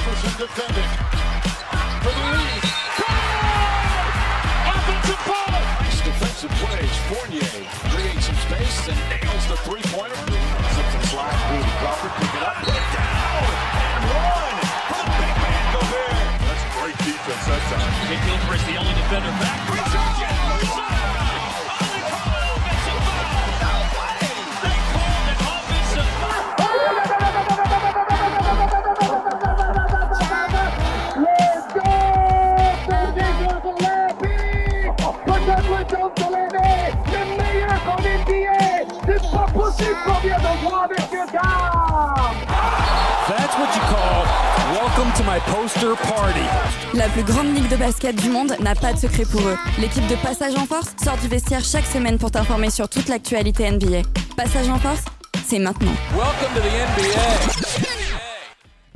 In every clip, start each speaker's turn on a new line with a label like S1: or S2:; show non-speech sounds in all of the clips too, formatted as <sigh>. S1: defending. For the lead. Goal! Offensive ball! Nice defensive plays. Fournier creates some space and nails the three-pointer. Simpson slides through to Crawford. Pick it up. Put it down! And one! For the big man Gobert. That's great defense that time.
S2: Nick Gilchrist, the only defender back. Resurgent!
S3: That's what you call welcome to my poster party.
S4: La plus grande ligue de basket du monde n'a pas de secret pour eux. L'équipe de Passage en Force sort du vestiaire chaque semaine pour t'informer sur toute l'actualité NBA. Passage en Force, c'est maintenant.
S3: Welcome to the NBA.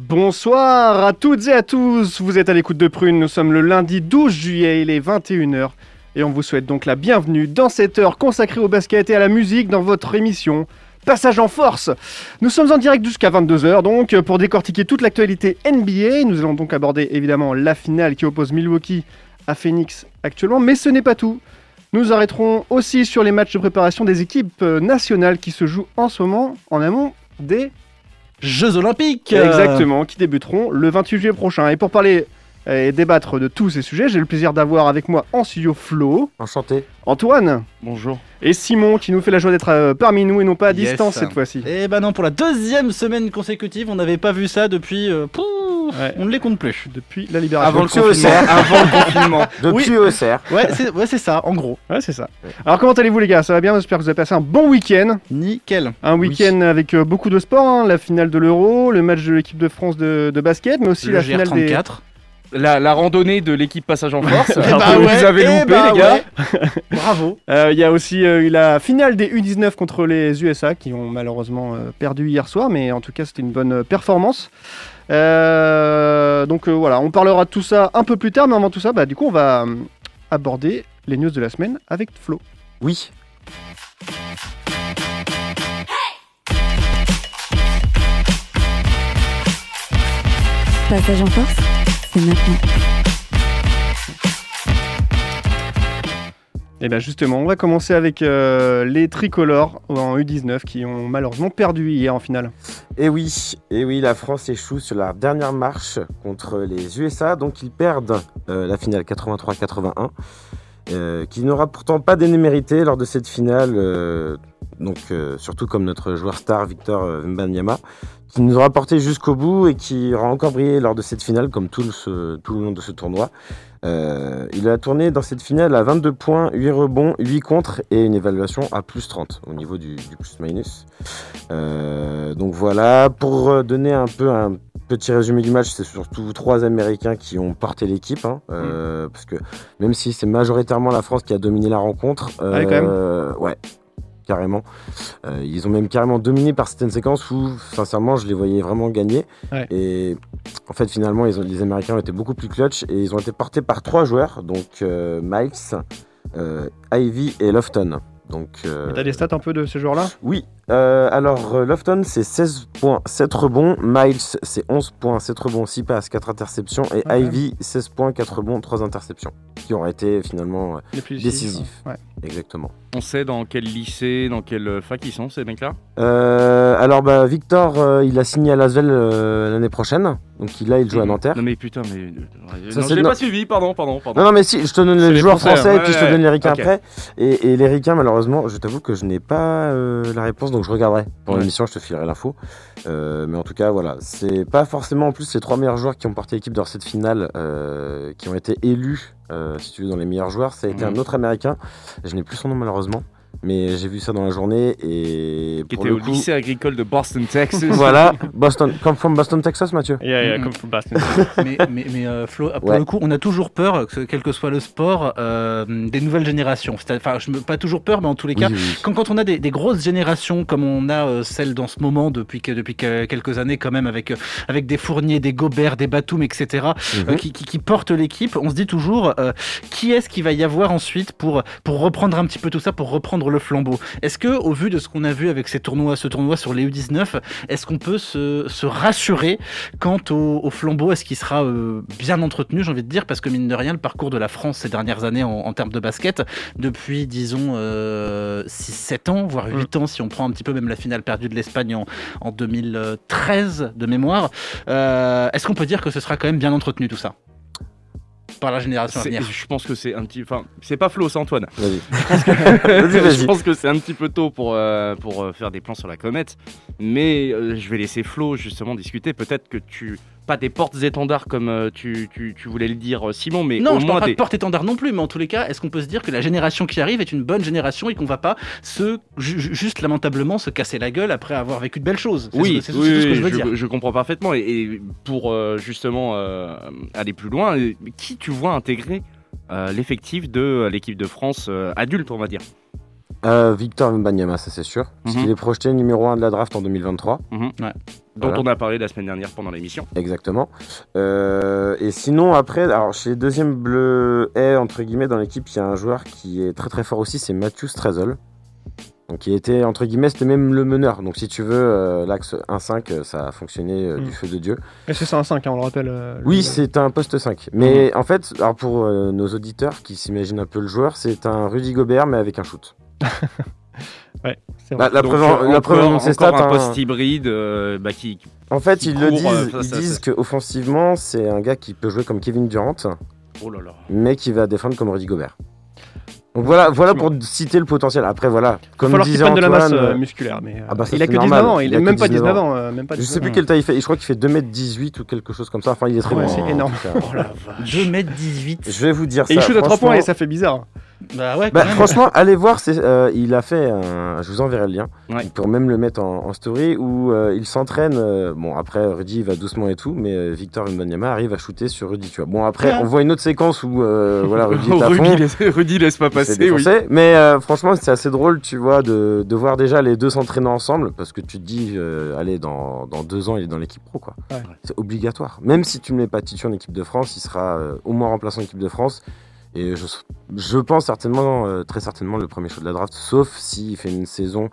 S5: Bonsoir à toutes et à tous, vous êtes à l'écoute de Prune, nous sommes le lundi 12 juillet, il est 21h et on vous souhaite donc la bienvenue dans cette heure consacrée au basket et à la musique dans votre émission Passage en force. Nous sommes en direct jusqu'à 22h donc pour décortiquer toute l'actualité NBA, nous allons donc aborder évidemment la finale qui oppose Milwaukee à Phoenix actuellement, mais ce n'est pas tout. Nous arrêterons aussi sur les matchs de préparation des équipes euh, nationales qui se jouent en ce moment en amont des
S6: Jeux Olympiques.
S5: Exactement, qui débuteront le 28 juillet prochain. Et pour parler euh, et débattre de tous ces sujets, j'ai le plaisir d'avoir avec moi en studio Flo,
S7: Enchanté.
S5: Antoine
S8: Bonjour.
S5: et Simon qui nous fait la joie d'être euh, parmi nous et non pas à
S8: Yes.
S5: distance cette fois-ci.
S6: Et bah non, pour la deuxième semaine consécutive, on n'avait pas vu ça depuis. euh, pouf,
S5: Ouais.
S6: On ne les compte plus.
S5: Depuis la libération.
S6: Avant le
S7: Depuis OCR. Avant le confinement. Depuis OCR.
S6: Ouais, c'est ouais, c'est ça, en gros.
S5: Ouais, c'est ça. Alors comment allez-vous les gars Ça va bien J'espère que vous avez passé un bon week-end.
S6: Nickel.
S5: Un week-end avec euh, beaucoup de sport, hein, la finale de l'Euro, le match de l'équipe de France de, de basket, mais aussi
S6: Le
S5: la finale des...
S6: GR34.
S8: La, la randonnée de l'équipe Passage en Force. <laughs>
S6: Eh bah
S8: que
S6: ouais,
S8: Ah, vous avez
S6: eh
S8: loupé,
S6: bah
S8: les gars.
S6: ouais. Bravo.
S5: Euh, Il y a aussi euh, eu la finale des U19 contre les USA qui ont malheureusement euh, perdu hier soir, mais en tout cas c'était une bonne euh, performance. Euh, donc euh, voilà, on parlera de tout ça un peu plus tard, mais avant tout ça, bah, du coup on va euh, aborder les news de la semaine avec Flo.
S7: Oui.
S4: Passage en Force, c'est maintenant.
S5: Et bien justement, on va commencer avec euh, les tricolores en U19 qui ont malheureusement perdu hier en finale.
S7: Et Eh oui. Et oui, la France échoue sur la dernière marche contre les USA. Donc, ils perdent euh, la finale 83-81. euh, qui n'aura pourtant pas démérité lors de cette finale. euh, donc, euh, surtout comme notre joueur star Victor euh, Wembanyama. Qui nous aura porté jusqu'au bout et qui aura encore brillé lors de cette finale, comme tout le, ce- tout le long de ce tournoi. Euh, il a tourné dans cette finale à 22 points, 8 rebonds, 8 contres et une évaluation à plus 30 au niveau du, du plus-minus. Euh, donc voilà, pour euh, donner un peu un petit résumé du match, c'est surtout trois Américains qui ont porté l'équipe, hein,
S5: Mm.
S7: euh, parce que même si c'est majoritairement la France qui a dominé la rencontre,
S5: Ah oui, quand même.
S7: euh, ouais, carrément. Euh, ils ont même carrément dominé par certaines séquences où, sincèrement, je les voyais vraiment gagner.
S5: Ouais.
S7: Et en fait, finalement, ils ont- les Américains ont été beaucoup plus clutch et ils ont été portés par trois joueurs, donc euh, Miles, euh, Ivy et Lofton. Donc, euh,
S5: T'as des stats un peu de ces joueurs-là
S7: oui, euh, alors euh, Lofton c'est 16 points, 7 rebonds, Miles c'est 11 points, 7 rebonds, 6 passes, 4 interceptions et
S5: Ah ouais.
S7: Ivy 16 points, 4 rebonds, 3 interceptions qui auraient été finalement euh,
S5: Les plus
S7: décisifs.
S5: Ouais.
S7: Exactement.
S8: On sait dans quel lycée, dans quelle fac ils sont, ces mecs-là.
S7: Euh, alors bah, Victor euh, il a signé à Lasvel euh, l'année prochaine, donc il- là il joue
S5: Mhm.
S7: à Nanterre.
S8: Non, mais putain, mais. euh,
S7: Ça,
S8: non,
S7: c'est
S8: je l'ai
S7: no-
S8: pas suivi, pardon, pardon, pardon.
S7: Non, non, mais si, je te donne
S8: C'est
S7: les
S8: les
S7: joueurs
S8: Français,
S7: français,
S8: ouais,
S7: et puis je
S8: ouais,
S7: te donne les ricains
S8: ok.
S7: après. Et, et les ricains, malheureusement, je t'avoue que je n'ai pas euh, la réponse, donc je regarderai. Pour
S8: Ouais.
S7: l'émission, je te filerai l'info. Euh, mais en tout cas, voilà. C'est pas forcément en plus les trois meilleurs joueurs qui ont porté l'équipe dans cette finale, euh, qui ont été élus, euh, si tu veux, dans les meilleurs joueurs. Ça a été
S8: Mhm.
S7: un autre américain. Je n'ai plus son nom, malheureusement. Mais j'ai vu ça dans la journée et.
S8: Qui
S7: pour
S8: était
S7: le
S8: au
S7: coup-
S8: lycée agricole de Boston, Texas.
S7: <laughs> Voilà,
S8: <laughs>
S7: Boston. Come from Boston, Texas, Mathieu.
S5: Yeah, yeah,
S6: Mhm.
S5: come from Boston.
S6: mais mais, mais, euh, Flo, pour
S7: Ouais.
S6: le coup, on a toujours peur, que- quel que soit le sport, euh, des nouvelles générations. C'est-à- Enfin, je me pas toujours peur, mais en tous les cas,
S7: Oui, oui.
S6: Quand, quand on a des, des grosses générations comme on a euh, celle dans ce moment depuis, que- depuis que- quelques années quand même avec, euh, avec des Fournier, des Gobert, des Batum, etc.,
S7: Mhm.
S6: euh, qui, qui- qui portent l'équipe, on se dit toujours euh, qui est-ce qu'il va y avoir ensuite pour, pour reprendre un petit peu tout ça, pour reprendre prendre le flambeau. Est-ce que, au vu de ce qu'on a vu avec ces tournois, ce tournoi sur les U19, est-ce qu'on peut se, se rassurer quant au, au flambeau Est-ce qu'il sera euh, bien entretenu, j'ai envie de dire Parce que, mine de rien, le parcours de la France ces dernières années en, en termes de basket, depuis, disons, 6-7 ans, voire 8 ans, si on prend un petit peu même la finale perdue de l'Espagne en, en 2013 de mémoire, euh, est-ce qu'on peut dire que ce sera quand même bien entretenu tout ça par la génération à
S8: C'est-
S6: venir
S8: Je pense que c'est un petit. Enfin, c'est pas Flo, c'est Antoine. <laughs>
S7: Vas-y. Vas-y, vas-y.
S8: je pense que c'est un petit peu tôt pour, euh, pour euh, faire des plans sur la comète. Mais euh, je vais laisser Flo justement discuter. Peut-être que tu. Pas des portes étendards comme euh, tu, tu- tu voulais le dire, euh, Simon, mais
S6: Non,
S8: au
S6: je
S8: moins
S6: parle pas
S8: des.
S6: de porte-étendard non plus, mais en tous les cas, est-ce qu'on peut se dire que la génération qui arrive est une bonne génération et qu'on va pas se ju- ju- juste lamentablement se casser la gueule après avoir vécu de belles choses C'est
S8: Oui,
S6: ce- c'est
S8: oui,
S6: ce que
S8: oui,
S6: je veux
S8: je,
S6: dire.
S8: je comprends parfaitement. Et, et pour euh, justement euh, aller plus loin, euh, qui tu vois intégrer euh, l'effectif de euh, l'équipe de France euh, adulte, on va dire
S7: Euh, Victor Mbanyama, ça c'est sûr. Parce
S8: Mhm.
S7: qu'il est projeté numéro 1 de la draft en 2023.
S8: dont
S7: Voilà.
S8: on a parlé la semaine dernière pendant l'émission.
S7: Exactement. Euh, et sinon, après, alors chez les deuxièmes bleus et entre guillemets dans l'équipe, il y a un joueur qui est très très fort aussi, c'est Mathieu Strezol. Donc qui était entre guillemets, c'était même le meneur. Donc si tu veux, euh, l'axe 1-5, euh, ça a fonctionné euh,
S5: Mm.
S8: Mhm.
S7: du feu de Dieu.
S5: Et c'est ça un 5, hein, on le rappelle. euh, le-
S7: Oui, c'est un poste 5. Mais
S5: Mhm.
S7: en fait, alors pour euh, nos auditeurs qui s'imaginent un peu le joueur, c'est un Rudy Gobert mais avec un
S5: <laughs>
S7: shoot.
S5: c'est vrai.
S7: Bah, la
S8: Donc,
S7: preuve,
S8: euh,
S7: en- la
S8: encore-
S7: preuve en ses
S8: encore
S7: stats,
S8: un
S7: hein.
S8: poste hybride euh, bah, qui, qui-
S7: En fait,
S8: qui
S7: ils le
S8: court,
S7: disent,
S8: euh, ça,
S7: ils
S8: ça,
S7: disent qu'offensivement, c'est un gars qui peut jouer comme Kevin Durant,
S8: Oh là là.
S7: mais qui va défendre comme Rudy Gobert. Donc voilà, voilà pour citer le potentiel. Après voilà,
S5: Il va
S7: comme
S5: falloir qu'il
S7: disait
S5: prenne de
S7: Antoine,
S5: la masse euh,
S7: euh,
S5: musculaire. Mais, euh,
S7: ah bah ça,
S5: il a
S7: c'est
S5: que 19
S7: normal,
S5: ans, il,
S7: il
S5: a
S7: a
S5: même
S7: que
S5: pas
S7: 19
S5: 19
S7: ans.
S5: ans. euh, même pas
S7: je
S5: 19
S7: sais plus
S5: ans.
S7: quelle taille il fait, je crois qu'il fait 2m18 ou quelque chose comme ça. Enfin, il est très
S5: Ouais,
S7: bon.
S5: c'est
S7: en
S5: énorme.
S7: tout cas.
S6: 2m18.
S7: Je vais vous dire ça.
S5: Oh Et il shoot à 3
S7: franchement-
S5: points et ça fait bizarre.
S6: Bah ouais, quand
S7: Bah,
S6: même.
S7: franchement, allez voir, c'est, euh, il a fait un. Je vous enverrai le lien.
S8: Ouais.
S7: Vous pourrez même le mettre en, en story où euh, il s'entraîne. euh, bon, après, Rudy il va doucement et tout, mais euh, Victor Mbanyama arrive à shooter sur Rudy, tu vois. Bon, après,
S6: Ouais.
S7: on voit une autre séquence où euh,
S8: <laughs>
S7: voilà, Rudy est à fond.
S8: Rudy, laisse, Rudy laisse pas
S7: il se fait
S8: passer, oui.
S7: défoncer. Mais euh, franchement, c'est assez drôle, tu vois, de, de voir déjà les deux s'entraîner ensemble parce que tu te dis, euh, allez, dans, dans deux ans, il est dans l'équipe pro, quoi.
S5: Ouais.
S7: C'est obligatoire. Même si tu ne mets pas Titu en équipe de France, il sera euh, au moins remplaçant en équipe de France. Et je, je pense certainement, euh, très certainement, le premier show de la draft, sauf s'il fait une saison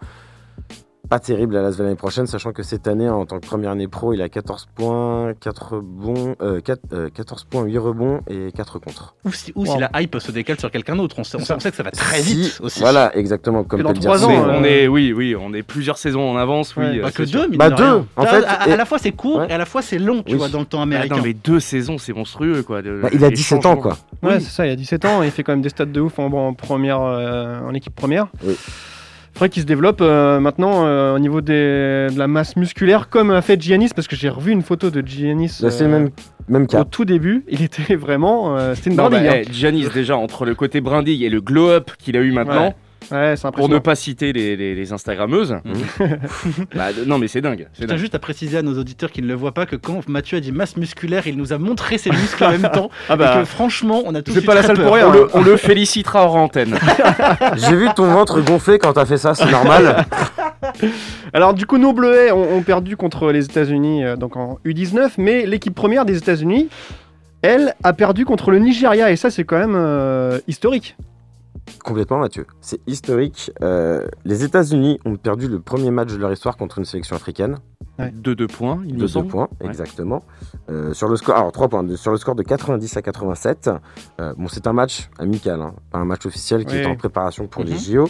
S7: pas terrible à Las Vegas l'année prochaine, sachant que cette année, en tant que première année pro, il a 14 points, 4 bons, euh, 4, euh, 14 points, 8 rebonds et 4 contre.
S6: Ou, si, ou
S5: Wow.
S6: si la hype se décale sur quelqu'un d'autre, on sait, on sait- on sait que ça va très
S7: Si-
S6: vite aussi.
S7: Voilà, exactement, comme
S5: Que
S7: peut
S5: dans
S7: le dire
S5: trois
S8: On
S5: ans,
S7: Simon.
S8: est- on
S5: euh,
S8: est, oui, oui, on est plusieurs saisons en avance,
S5: Ouais.
S8: oui. euh,
S6: Pas que
S8: c'est sûr.
S6: deux, mine
S7: Bah,
S6: de
S7: deux,
S6: rien.
S7: en
S6: À-
S7: fait,
S6: à, à
S7: et-
S6: la fois c'est court
S7: Ouais.
S6: et à la fois c'est long, tu
S7: Oui.
S6: vois, dans le temps
S8: Ah,
S6: américain.
S8: non, mais deux saisons, c'est monstrueux, quoi. de-
S7: Bah, il a
S8: les
S7: 17 ans,
S8: changements.
S7: quoi.
S5: Ouais,
S6: Oui.
S5: c'est ça, il a 17 ans, et il fait quand même des stats de ouf en, en première, euh, en équipe première.
S7: Oui.
S5: Faudrait qu'il se développe euh, maintenant euh, au niveau des- de la masse musculaire, comme a fait Giannis, parce que j'ai revu une photo de Giannis
S7: Là, C'est
S5: euh,
S7: le même, même
S5: au
S7: cas.
S5: tout début. Il était <laughs> vraiment. euh, C'était une
S8: Non,
S5: brindille.
S8: bah,
S5: hein.
S8: eh, Giannis, déjà, entre le côté brindille et le glow-up qu'il a eu maintenant,
S5: Ouais, c'est
S8: pour ne
S5: impressionnant.
S8: pas citer les, les, les Instagrammeuses, <laughs> bah, de- non, mais c'est dingue.
S6: Je
S8: c'est
S6: tiens
S8: dingue.
S6: juste à préciser à nos auditeurs qui ne le voient pas que quand Mathieu a dit masse musculaire, il nous a montré ses muscles en même temps.
S5: Ah
S6: et
S5: bah,
S6: que franchement, on a tous
S5: je vais
S6: eu
S5: pas à la
S6: très
S5: salle
S6: peur.
S5: pour rien.
S8: On
S5: hein.
S8: le, on le félicitera hors
S6: <laughs>
S8: antenne.
S7: J'ai vu ton ventre gonfler quand t'as fait ça, c'est normal.
S5: Alors du coup, nos Bleuets ont, ont perdu contre les États-Unis euh, donc en U19, mais l'équipe première des États-Unis, elle, a perdu contre le Nigeria, et ça, c'est quand même euh, historique.
S7: Complètement, Mathieu. C'est historique. Euh, les États-Unis ont perdu le premier match de leur histoire contre une sélection africaine
S5: Ouais.
S8: De deux points, il
S7: de
S8: me
S7: 2
S8: semble.
S7: points,
S8: Ouais.
S7: exactement. Euh, sur le score, alors 3 points, de- sur le score de 90 à 87. Euh, bon, c'est un match amical, hein, pas un match officiel qui
S5: Oui.
S7: est en préparation pour
S8: Mhm.
S7: les JO.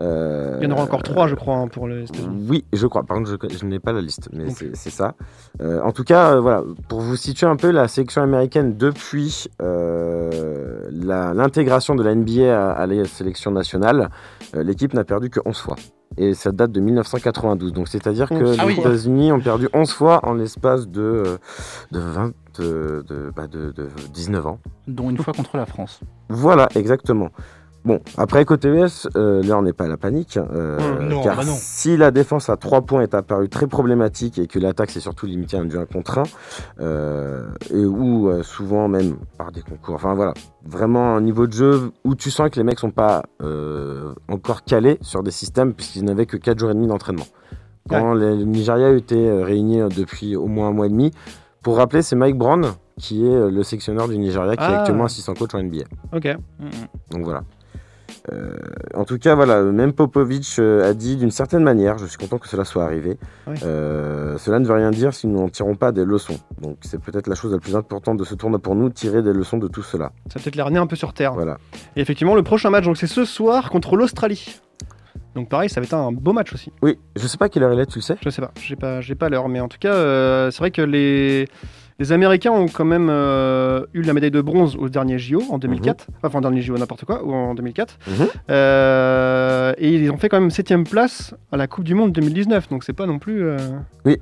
S7: Euh,
S5: Il y en aura encore trois, je crois, hein, pour les États-Unis.
S7: Oui, je crois. Par contre, je, je n'ai pas la liste, mais
S5: Ok.
S7: c'est- c'est ça. Euh, en tout cas, euh, voilà, pour vous situer un peu, la sélection américaine depuis euh, la- l'intégration de la NBA à, à la sélection nationale, euh, l'équipe n'a perdu que 11 fois. Et ça date de 1992. Donc, c'est-à-dire que
S5: Onze
S7: les
S5: fois. Ah
S7: États-Unis ont perdu 11 fois en l'espace de, euh, de 20, euh, de- bah, de- de 19 ans.
S6: Dont une fois contre la France.
S7: Voilà, exactement. Bon, après côté US, euh, là on n'est pas à la panique, euh,
S6: Mm, non,
S7: car
S6: bah non.
S7: si la défense à 3 points est apparue très problématique et que l'attaque s'est surtout limitée à un duel contre 1, et où euh, souvent même par des concours, enfin voilà, vraiment un niveau de jeu où tu sens que les mecs sont pas euh, encore calés sur des systèmes puisqu'ils n'avaient que 4 jours et demi d'entraînement. Quand les- le Nigeria était euh, réuni euh, depuis au moins un mois et demi, pour rappeler, c'est Mike Brown qui est euh, le sectionneur du Nigeria qui est
S5: Ah.
S7: actuellement assistant coach en NBA.
S5: Ok.
S7: Donc voilà. Euh, en tout cas, voilà, même Popovic euh, a dit d'une certaine manière, je suis content que cela soit arrivé,
S5: Oui.
S7: euh, cela ne veut rien dire si nous n'en tirons pas des leçons. Donc c'est peut-être la chose la plus importante de ce tournoi pour nous, tirer des leçons de tout cela.
S5: Ça va peut-être les ramener un peu sur terre.
S7: Voilà.
S5: Et effectivement, le prochain match, donc c'est ce soir contre l'Australie. Donc pareil, ça va être un beau match aussi.
S7: Oui, je sais pas quelle heure il est, tu le sais
S5: Je sais pas, j'ai pas, j'ai pas l'heure, mais en tout cas, euh, c'est vrai que les, les Américains ont quand même euh, eu la médaille de bronze au dernier JO en 2004, enfin en dernier JO n'importe quoi, ou en 2004,
S7: Mhm.
S5: Euh, et ils ont fait quand même septième place à la Coupe du Monde 2019, donc c'est pas non plus euh,
S7: Oui.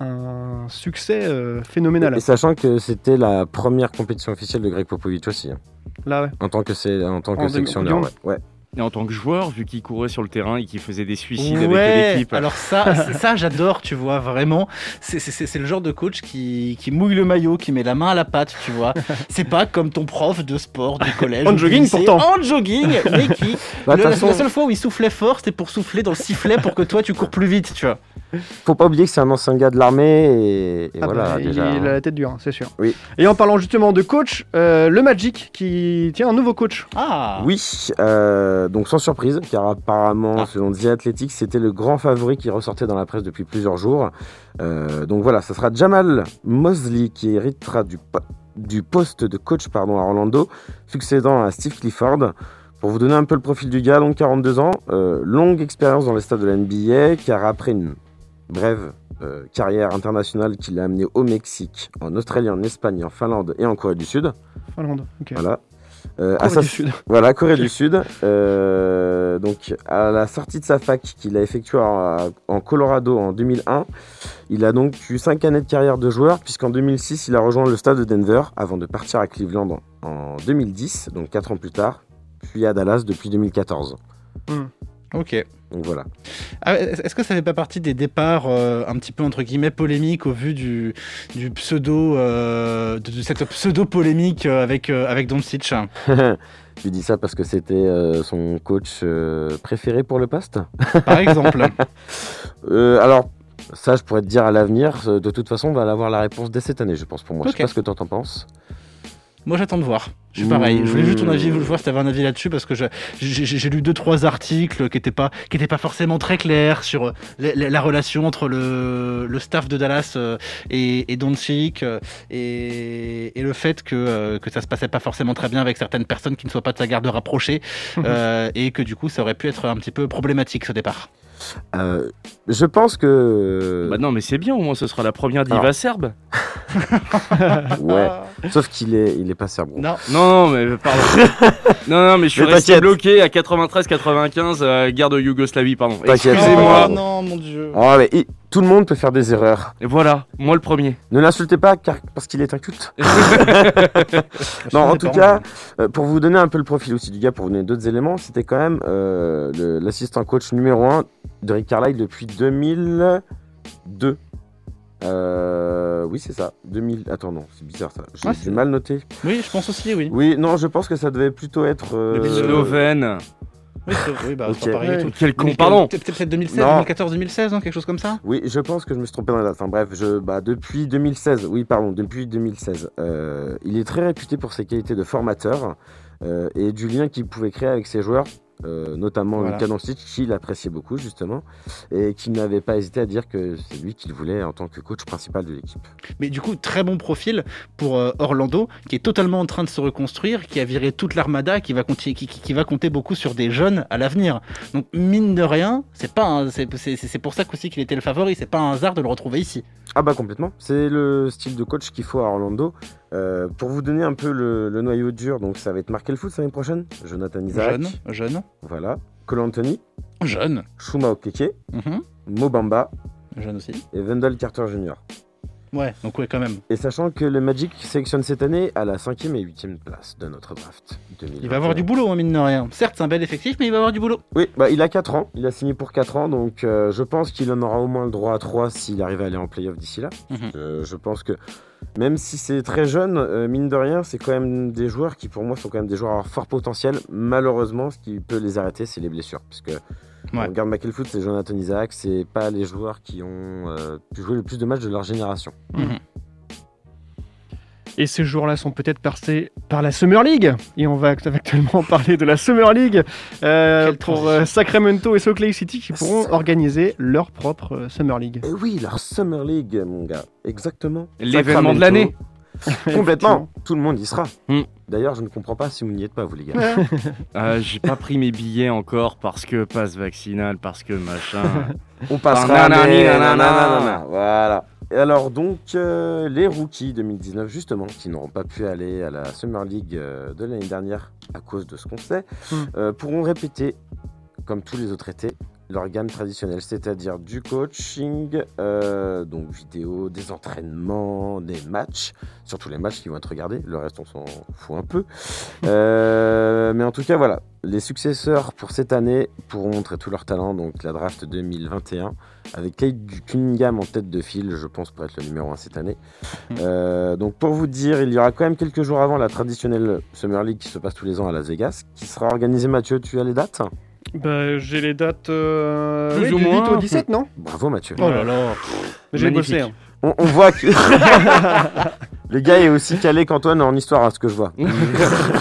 S5: un succès euh, phénoménal.
S7: Et sachant que c'était la première compétition officielle de Greg Popovic aussi, hein,
S5: Là, ouais.
S7: en tant que, sé- en tant que
S5: En
S7: sélectionneur. Ouais.
S5: 2011.
S7: Ouais.
S8: Et en tant que joueur, vu qu'il courait sur le terrain et qu'il faisait des suicides
S6: Ouais,
S8: avec l'équipe.
S6: Alors ça, c'est- ça j'adore, tu vois, vraiment. C'est- C'est c'est- c'est le genre de coach qui, qui mouille le maillot, qui met la main à la pâte, tu vois. C'est pas comme ton prof de sport du collège.
S5: En
S6: ou du
S5: jogging,
S6: lycée,
S5: pourtant.
S6: En jogging, mais qui...
S7: Bah,
S6: le-
S7: de toute
S6: la
S7: façon,
S6: seule fois où il soufflait fort, c'était pour souffler dans le sifflet pour que toi tu cours plus vite, tu vois.
S7: faut pas oublier que c'est un ancien gars de l'armée et, et
S5: Ah
S7: voilà
S5: bah, il,
S7: déjà.
S5: il a la tête dure, hein, c'est sûr.
S7: Oui.
S5: Et en parlant justement de coach, euh, le Magic qui tient un nouveau coach.
S6: Ah
S7: Oui, euh, donc sans surprise, car apparemment,
S6: Ah.
S7: selon The Athletic, c'était le grand favori qui ressortait dans la presse depuis plusieurs jours. Euh, donc voilà, ça sera Jamal Mosley qui héritera du, po- du poste de coach pardon, à Orlando, succédant à Steve Clifford. Pour vous donner un peu le profil du gars, donc 42 ans, euh, longue expérience dans les stades de la NBA, car après une brève euh, carrière internationale qui l'a amené au Mexique, en Australie, en Espagne, en Finlande et en Corée du Sud,
S5: Finlande. ok.
S7: voilà. Euh, à
S5: Corée
S7: sa-
S5: du Sud.
S7: <laughs> voilà, Corée du Sud. Euh, donc, à la sortie de sa fac qu'il a effectuée en, en Colorado en 2001, il a donc eu 5 années de carrière de joueur, puisqu'en 2006, il a rejoint le stade de Denver avant de partir à Cleveland en 2010, donc 4 ans plus tard, puis à Dallas depuis 2014.
S6: Ok.
S7: Donc voilà.
S6: Ah ouais, Est-ce que ça fait pas partie des départs euh, un petit peu entre guillemets polémiques au vu du, du pseudo euh, de, de cette pseudo polémique euh, avec euh, avec Doncic
S7: Tu dis ça parce que c'était euh, son coach euh, préféré pour le poste
S6: par exemple
S7: Euh, Alors, ça, je pourrais te dire à l'avenir. euh, De toute façon, on va avoir la réponse dès cette année, je pense, pour moi. Je
S6: Ok.
S7: sais pas ce que toi t'en penses.
S6: Moi j'attends de voir. Je suis pareil. Je voulais juste ton avis,
S7: Mmh.
S6: je voulais voir si t'avais un avis là-dessus parce que je- j'ai j'ai lu deux trois articles qui n'étaient pas qui étaient pas forcément très clairs sur euh, la, la- la relation entre le, le staff de Dallas euh, et, et Doncic euh, et, et le fait que euh, que ça se passait pas forcément très bien avec certaines personnes qui ne soient pas de sa garde <laughs> rapprochée euh, et que du coup ça aurait pu être un petit peu problématique ce départ.
S7: Euh, je pense que.
S8: Bah non, mais c'est bien, au moins ce sera la première diva
S7: Alors.
S8: serbe.
S7: ouais. Sauf qu'il est, il est pas serbe.
S6: Non.
S8: Non, non, mais euh, pardon. non, non, mais je suis
S7: Mais
S8: resté
S7: t'inquiète.
S8: bloqué à 93-95, euh, guerre de Yougoslavie, pardon.
S7: T'inquiète.
S8: Excusez-moi.
S7: Oh,
S6: non mon dieu.
S7: Oh, mais il- tout le monde peut faire des erreurs.
S8: Et Voilà, moi le premier.
S7: Ne l'insultez pas car, parce qu'il est
S6: <laughs>
S7: un culte. Non, en tout cas, euh, pour vous donner un peu le profil aussi du gars, pour vous donner d'autres éléments, c'était quand même euh, le- l'assistant coach numéro 1 de Rick Carlisle depuis 2002. Euh, oui, c'est ça. 2000. Attends, non, c'est bizarre ça. J'ai
S6: Ah,
S7: j'ai
S6: c'est-
S7: mal noté.
S6: Oui, je pense aussi oui.
S7: Oui, non, je pense que ça devait plutôt être. euh,
S8: Depuis Slovène.
S6: Oui, c'est- oui, bah, c'est
S7: Ok.
S6: pas pareil du tout.
S8: Quel con, pardon.
S6: Peut-être peut-être 2016,
S7: Non.
S6: 2014, 2016, hein, quelque chose comme ça
S7: Oui, je pense que je me suis trompé dans la date. Enfin bref, je, bah, depuis 2016, oui, pardon, depuis 2016, euh, il est très réputé pour ses qualités de formateur euh, et du lien qu'il pouvait créer avec ses joueurs, euh, notamment
S6: Voilà.
S7: Lucas Doncic, qu'il appréciait beaucoup justement, et qui n'avait pas hésité à dire que c'est lui qu'il voulait en tant que coach principal de l'équipe.
S6: Mais du coup, très bon profil pour euh, Orlando, qui est totalement en train de se reconstruire, qui a viré toute l'armada, qui, va conti- qui, qui- qui va compter beaucoup sur des jeunes à l'avenir. Donc, mine de rien, c'est pas un- c'est c'est- c'est- c'est pour ça qu'aussi qu'il était le favori, c'est pas un hasard de le retrouver ici.
S7: Ah bah complètement, c'est le style de coach qu'il faut à Orlando. Euh, pour vous donner un peu le, le noyau dur, donc ça va être Markel Foot l'année prochaine, Jonathan Isaac,
S6: Jeune, jeune,
S7: voilà, Cole Anthony,
S6: jeune,
S7: Shuma Okeke,
S6: mhm,
S7: Mobamba
S6: jeune aussi.
S7: et Wendell Carter Jr.
S6: Ouais, donc ouais, quand même.
S7: Et sachant que le Magic sélectionne cette année à la 5 et 8 place de notre draft. 2021.
S6: Il va avoir du boulot, hein, mine de rien. Certes, c'est un bel effectif, mais il va avoir du boulot.
S7: Oui, bah, il a 4 ans, il a signé pour 4 ans, donc euh, je pense qu'il en aura au moins le droit à 3 s'il arrive à aller en playoff d'ici là.
S6: Mhm.
S7: Euh, je pense que même si c'est très jeune, euh, mine de rien, c'est quand même des joueurs qui pour moi sont quand même des joueurs à fort potentiel. Malheureusement, ce qui peut les arrêter, c'est les blessures. Puisque on regarde Michael Foot, c'est Jonathan Isaac, c'est pas les joueurs qui ont euh, pu jouer le plus de matchs de leur génération.
S5: Et ces joueurs-là sont peut-être passés par la Summer League. Et on va <laughs> act- actuellement parler de la Summer League euh,
S6: Quelle
S5: pour euh, Sacramento et Salt Lake City qui pourront organiser leur propre euh, Summer League.
S7: Et Eh oui, la Summer League, mon gars. Exactement.
S8: L'événement de
S7: Sacramento.
S8: l'année.
S7: Complètement. Tout le monde y sera.
S8: Hmm.
S7: D'ailleurs, je ne comprends pas si vous n'y êtes pas, vous, les gars.
S8: Euh, J'ai pas pris mes billets encore parce que passe vaccinal, parce que machin.
S6: <laughs>
S7: On passera.
S8: Nanani,
S7: mais
S8: nanana.
S7: nanana, Voilà. Et alors donc, euh, les rookies 2019, justement, qui n'auront pas pu aller à la Summer League euh, de l'année dernière à cause de ce qu'on sait,
S5: Mm.
S7: euh, pourront répéter, comme tous les autres étés, leur gamme traditionnelle, c'est-à-dire du coaching, euh, donc vidéo, des entraînements, des matchs, surtout les matchs qui vont être regardés, le reste on s'en fout un peu. Euh, mais en tout cas, voilà, les successeurs pour cette année pourront montrer tout leur talent, donc la draft 2021, avec Kate Cunningham en tête de file, je pense, pour être le numéro 1 cette année. Euh, donc pour vous dire, il y aura quand même quelques jours avant la traditionnelle Summer League qui se passe tous les ans à Las Vegas, qui sera organisée, Mathieu, tu as les dates
S5: Bah, j'ai les dates euh,
S8: Plus oui, ou
S5: du
S8: du moins.
S5: 8 au 17, non
S7: Bravo Mathieu.
S5: Oh là
S6: là.
S5: J'ai
S8: Magnifique.
S5: bossé. hein.
S7: On, on voit que... <laughs> le gars est aussi calé qu'Antoine en histoire, à ce que je vois.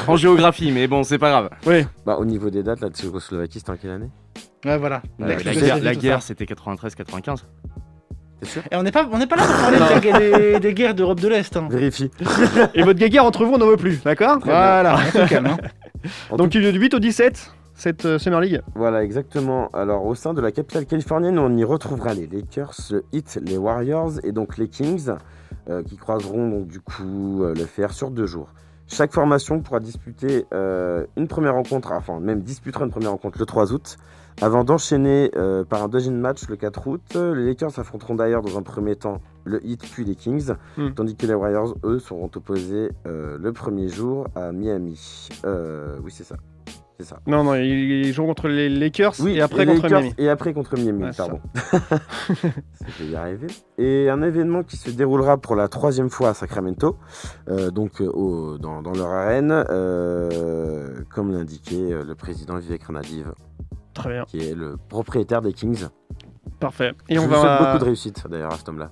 S8: en géographie, mais bon, c'est pas grave.
S7: Bah, au niveau des dates, la Tchécoslovaquie, c'était en quelle année
S6: Ouais, voilà.
S8: Euh,
S6: Avec
S8: la
S6: tout
S8: guerre,
S6: ça,
S8: la
S6: tout
S8: guerre,
S6: ça.
S8: c'était 93-95.
S7: T'es sûr
S6: Et on n'est pas, on n'est pas là pour parler des, guerres- des- des guerres d'Europe de l'Est. <laughs> hein.
S7: Vérifie.
S5: Et votre guéguerre entre vous, on n'en veut plus, d'accord
S6: Voilà, on se calme. hein.
S7: En
S5: Donc, du 8 au 17, cette euh, Summer League.
S7: Voilà, exactement. Alors, au sein de la capitale californienne, on y retrouvera les Lakers, le Heat, les Warriors et donc les Kings, euh, qui croiseront donc du coup euh, le fer sur deux jours. Chaque formation pourra disputer euh, une première rencontre, enfin même disputera une première rencontre le 3 août, avant d'enchaîner euh, par un deuxième match le 4 août. Euh, Les Lakers affronteront d'ailleurs dans un premier temps le Heat puis les Kings,
S5: Hmm.
S7: tandis que les Warriors, eux, seront opposés euh, le premier jour à Miami. Euh, oui, c'est ça. C'est ça.
S5: Non, non, ils ils jouent contre les Lakers et après
S7: les
S5: contre
S7: Lakers,
S5: Miami.
S7: Et après contre Miami,
S5: Ouais, c'est
S7: pardon. <laughs>
S5: <laughs>
S7: Je vais y arriver. Et un événement qui se déroulera pour la troisième fois à Sacramento, euh, donc euh, au- dans, dans leur arène, euh, comme l'indiquait euh, le président Vivek Ranadive,
S5: Très bien,
S7: qui est le propriétaire des Kings.
S5: parfait. Et
S7: Je
S5: on
S7: lui souhaite
S5: va, Ah
S7: beaucoup de réussite d'ailleurs à cet homme-là.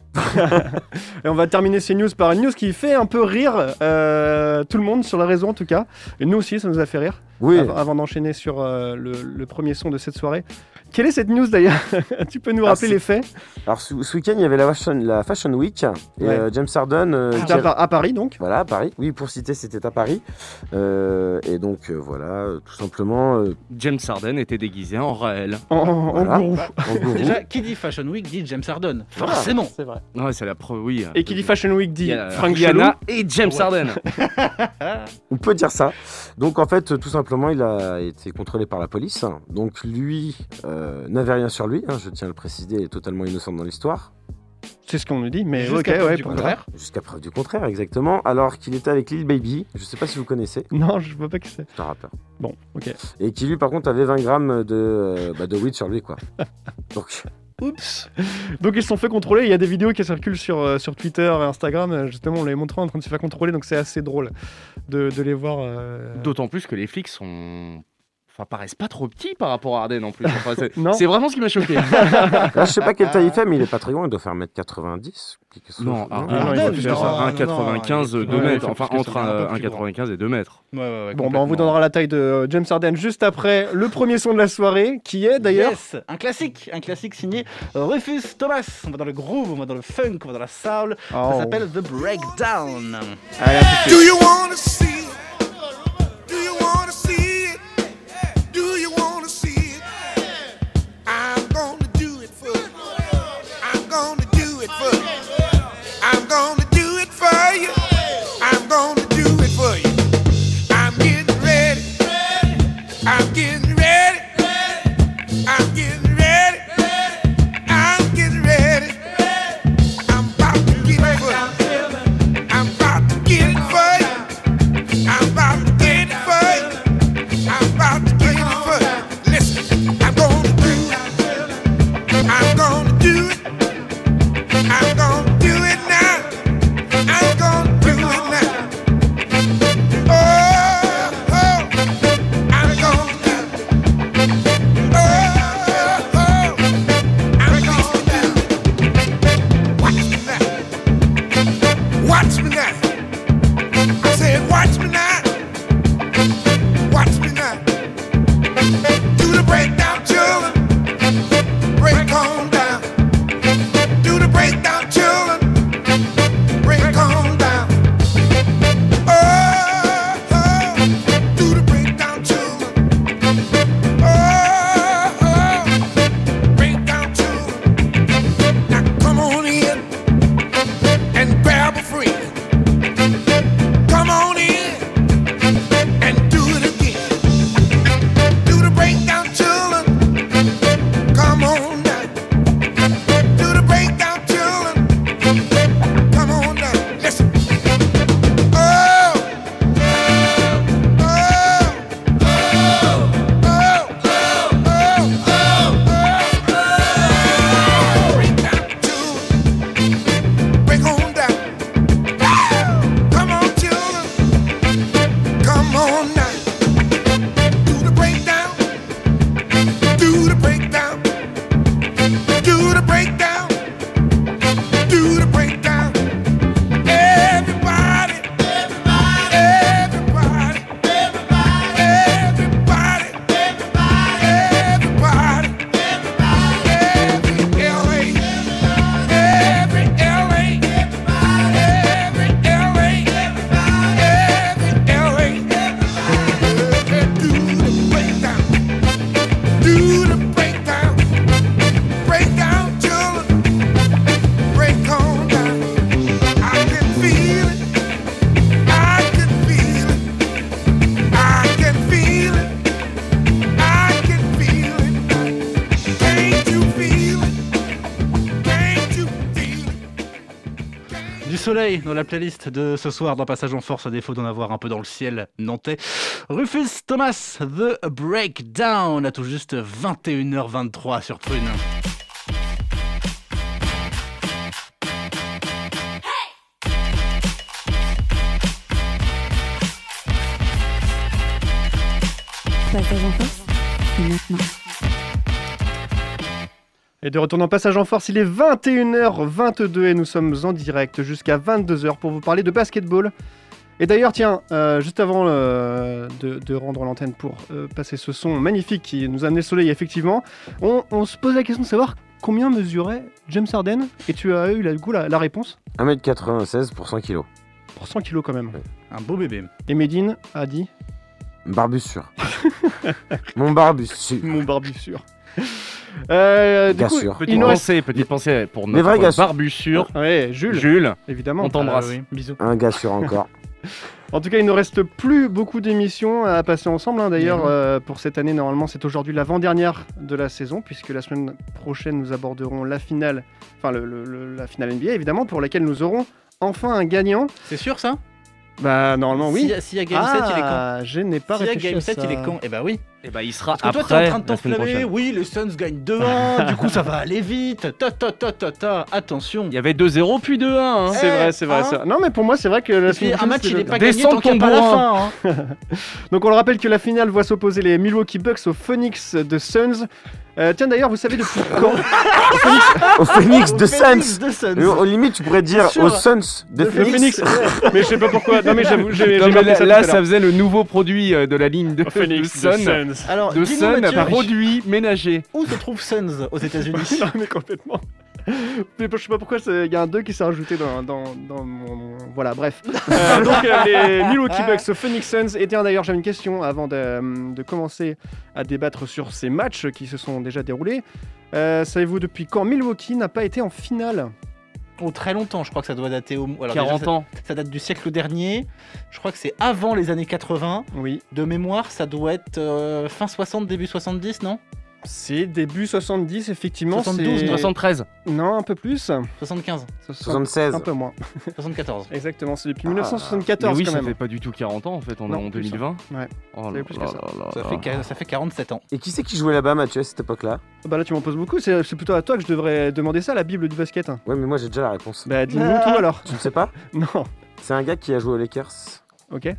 S5: et on va terminer ces news par une news qui fait un peu rire euh, tout le monde sur la réseau en tout cas. Et nous aussi, ça nous a fait rire.
S7: Oui,
S5: Avant, avant d'enchaîner sur euh, le, le premier son de cette soirée. Quelle est cette news d'ailleurs <laughs> Tu peux nous
S7: Ah,
S5: rappeler
S7: c'est-
S5: les faits
S7: alors ce, ce week-end, il y avait la Fashion, la fashion Week, et
S5: Ouais. Ah, bah.
S7: euh, James Harden... euh,
S5: C'était
S7: qui-
S5: à, Par- à Paris donc.
S7: Voilà, à Paris. Oui, pour citer, c'était à Paris. Euh, et donc, euh, voilà, euh, tout simplement, euh,
S8: James Harden était déguisé en Raël.
S5: En, en- en
S7: Voilà.
S5: gourou.
S7: en gourou.
S6: Déjà, qui dit Fashion Week dit James Harden. Forcément.
S8: Ouais, c'est la preuve, oui. euh,
S5: Et qui dit Fashion Week
S8: Il
S5: dit
S8: y a
S5: Frank Chalou.
S8: Rihanna et James
S6: Ouais.
S8: Harden.
S7: On peut dire ça. Donc en fait, euh, tout simplement, il a été contrôlé par la police. Donc lui euh, n'avait rien sur lui, hein, je tiens à le préciser, il est totalement innocent dans l'histoire.
S5: C'est ce qu'on nous dit, mais
S6: Jusqu'à
S5: ok,
S6: preuve
S5: ouais.
S6: du
S5: pourquoi
S6: contraire.
S7: Jusqu'à preuve du contraire, exactement. Alors qu'il était avec Lil Baby, je sais pas si vous connaissez,
S5: pas. <laughs> Non, je vois pas que c'est.
S7: c'est un rappeur.
S5: Bon, ok.
S7: Et qui lui, par contre, avait 20 grammes de, euh, bah, de weed sur
S6: <laughs>
S7: lui, quoi. Donc
S5: Oups. Donc ils se sont fait contrôler. Il y a des vidéos qui circulent sur, euh, sur Twitter et Instagram. euh, Justement, on les montre en train de se faire contrôler. Donc c'est assez drôle de, de les voir. euh,
S8: D'autant plus que les flics sont. Enfin, paraissent pas trop petits par rapport à Harden en plus. Enfin, c'est-
S5: Non.
S8: c'est vraiment ce qui m'a choqué.
S7: là, je sais pas quelle taille il fait, mais il est pas très grand, il doit faire 1m90. quelque chose.
S8: Non, Harden,
S5: non,
S8: il
S5: il
S8: doit
S5: fait
S8: faire
S5: ça.
S6: Non, non,
S8: 1,95, 2
S6: non, il
S5: fait
S8: mètres.
S6: plus
S8: Enfin,
S6: que ça,
S8: entre
S6: il est un peu
S8: un-
S6: plus grand.
S8: 1,95 et 2 mètres.
S6: Ouais, ouais, ouais,
S5: Bon, bah, on vous
S6: complètement.
S5: donnera la taille de euh, James Harden juste après le premier son de la soirée, qui est d'ailleurs.
S6: Yes, un classique, un classique signé Rufus Thomas. On va dans le groove, on va dans le funk, on va dans la soul. Ça
S5: Oh.
S6: s'appelle The Breakdown.
S5: Allez, à tout de suite.
S9: Do you wanna see it? Do you wanna see it? Do you wanna see it? I'm gonna do it for you. I'm gonna do it for you. I'm gonna do it for you. I'm gonna do it for you. I'm getting ready. I'm getting ready. I'm getting ready. I'm getting ready. I'm about to get it for you. I'm about to get it for you. I'm about to get it for you. I'm about to get it for you. Listen, I'm gonna do it. I'm gonna do it. I'm gonna do it now. I'm gonna do it now. Oh, oh, I'm gonna do it. Oh, oh, I'm gonna do it. Watch me now. Watch me now. Oh, Oh, breakdown. Do the breakdown. Everybody. Everybody. Everybody. Everybody. Everybody. Every LA. Every LA. Every LA. Every LA. Do the breakdown. Do the breakdown. Break down, children. Break on down. I can feel it. I can feel it. I can feel it. I can feel it. Can't you feel it? Can't you feel it?
S6: Du soleil dans la playlist de ce soir dans Passage en Force, à défaut d'en avoir un peu dans le ciel nantais. Rufus Thomas, The Breakdown, à tout juste 21h23 sur Prune.
S4: Passage en force, c'est maintenant.
S5: Et de retour en passage en force, il est 21h22 et nous sommes en direct jusqu'à 22h pour vous parler de basketball. Et d'ailleurs, tiens, euh, juste avant euh, de, de rendre l'antenne pour euh, passer ce son magnifique qui nous a amené le soleil, effectivement, on, on se pose la question de savoir combien mesurait James Harden Et tu as eu la, du coup, la, la réponse
S7: 1m96 pour 100 kg.
S5: Pour 100 kilos quand même.
S6: Un beau bébé.
S5: Et Medine a dit
S7: Barbus sûr. Mon barbus sûr.
S5: Mon barbu sûr. Euh, du
S7: Bien
S5: coup,
S7: sûr.
S5: il
S8: Petite
S5: nous reste.
S8: pensée, petite pensée pour
S7: Les vrais
S8: notre
S7: garçons.
S8: barbussure.
S5: Ouais, Jules,
S8: Jules,
S5: évidemment. Euh,
S8: on t'embrasse.
S6: Ah oui, Bisous.
S7: Un gars sûr encore.
S5: En tout cas, il ne reste plus beaucoup d'émissions à passer ensemble. hein.
S6: Mhm.
S5: D'ailleurs, euh, pour cette année, normalement, c'est aujourd'hui l'avant-dernière de la saison, puisque la semaine prochaine, nous aborderons la finale, enfin le- le- le- la finale NBA, évidemment, pour laquelle nous aurons enfin un gagnant.
S6: C'est sûr ça
S5: Bah, normalement, oui.
S6: S'il y, a Game 7, il est quand
S5: ah, je n'ai pas
S6: S'il y a
S5: réfléchi
S6: Game
S5: à
S6: 7,
S5: ça.
S6: il est quand Eh bah oui.
S8: Et bah il sera
S6: Parce que toi, t'es
S8: après
S6: en train de
S8: la semaine
S6: t'enflammer.
S8: prochaine.
S6: Oui, les Suns gagnent 2-1. du coup, ça va aller vite. Ta ta ta ta ta. Attention.
S8: Il y avait 2-0 puis 2-1. hein.
S5: C'est
S6: Eh,
S5: vrai, c'est vrai,
S6: hein
S5: c'est vrai. Non, mais pour moi, c'est vrai que la
S6: Et puis,
S5: semaine
S6: un
S5: prochaine,
S6: match,
S5: c'est
S6: il
S5: le-
S6: n'est pas
S8: Descends
S6: gagné tant
S8: ton
S6: qu'il n'y a pas la
S8: bourrin.
S6: fin. hein.
S5: Donc on le rappelle que la finale voit s'opposer les Milwaukee Bucks aux Phoenix de Suns. Euh, tiens d'ailleurs, vous savez depuis quand
S6: <laughs>
S7: Au Phoenix
S6: Au Phoenix
S7: de Suns.
S6: de Suns.
S7: Et Au au limite, tu pourrais dire
S6: sûr.
S7: au Suns de
S5: Le Phoenix,
S7: Phoenix.
S5: ouais. Mais je sais pas pourquoi. Non mais j'avoue, j'ai
S8: Non,
S5: j'ai
S8: mais
S5: marqué
S8: là,
S5: ça.
S8: là,
S5: tout à
S8: ça faisait le nouveau produit euh, de la ligne de,
S5: l'heure. Phoenix
S8: de
S5: de
S8: Sun.
S5: <laughs> Suns.
S6: Alors,
S8: De
S6: dis-nous,
S8: Sun,
S6: Mathieu,
S8: produit ménager.
S6: où se trouve Suns
S8: <laughs>
S6: aux États-Unis
S5: non mais complètement. Mais je sais pas pourquoi c'est- il y a un 2 qui s'est rajouté dans, dans, dans mon, mon- Voilà, bref. Euh, donc euh, les Milwaukee Bucks aux Phoenix Suns. Et tiens d'ailleurs, j'avais une question avant de, euh, de commencer à débattre sur ces matchs qui se sont déjà déroulés. Euh, Savez-vous depuis quand Milwaukee n'a pas été en finale
S6: Oh, très longtemps, je crois que ça doit dater au. alors, déjà,
S8: 40
S6: ça-
S8: ans.
S6: ça, date du siècle dernier. Je crois que c'est avant les années 80.
S5: Oui.
S6: De mémoire, ça doit être euh, fin 60, début 70, non
S5: C'est début 70, effectivement.
S6: 72,
S5: c'est-
S6: Et-
S8: 73.
S5: Non, un peu plus.
S6: 75,
S7: 76.
S5: Un peu moins.
S6: 74.
S5: Exactement, c'est depuis
S7: Ah,
S5: 1974
S8: Mais oui,
S5: quand
S8: ça
S5: même.
S8: fait pas du tout 40 ans en fait, on
S5: Non,
S8: est en
S5: plus,
S8: 2020.
S5: Ouais.
S8: Oh
S5: fait
S8: là
S5: plus que
S8: là
S5: ça.
S8: là
S6: Ça
S8: là.
S6: fait, qua- ça fait 47 ans.
S7: Et qui c'est qui jouait là-bas, Mathieu, à cette époque-là
S5: Bah là, tu m'en poses beaucoup. C'est c'est plutôt à toi que je devrais demander ça, la Bible du basket. hein.
S7: Ouais, mais moi j'ai déjà la réponse.
S8: Ben.
S5: Bah, dis-nous
S6: Ah.
S5: tout alors.
S7: Tu ne sais pas
S5: <laughs> Non.
S7: C'est un gars qui a joué aux Lakers,
S5: Ok.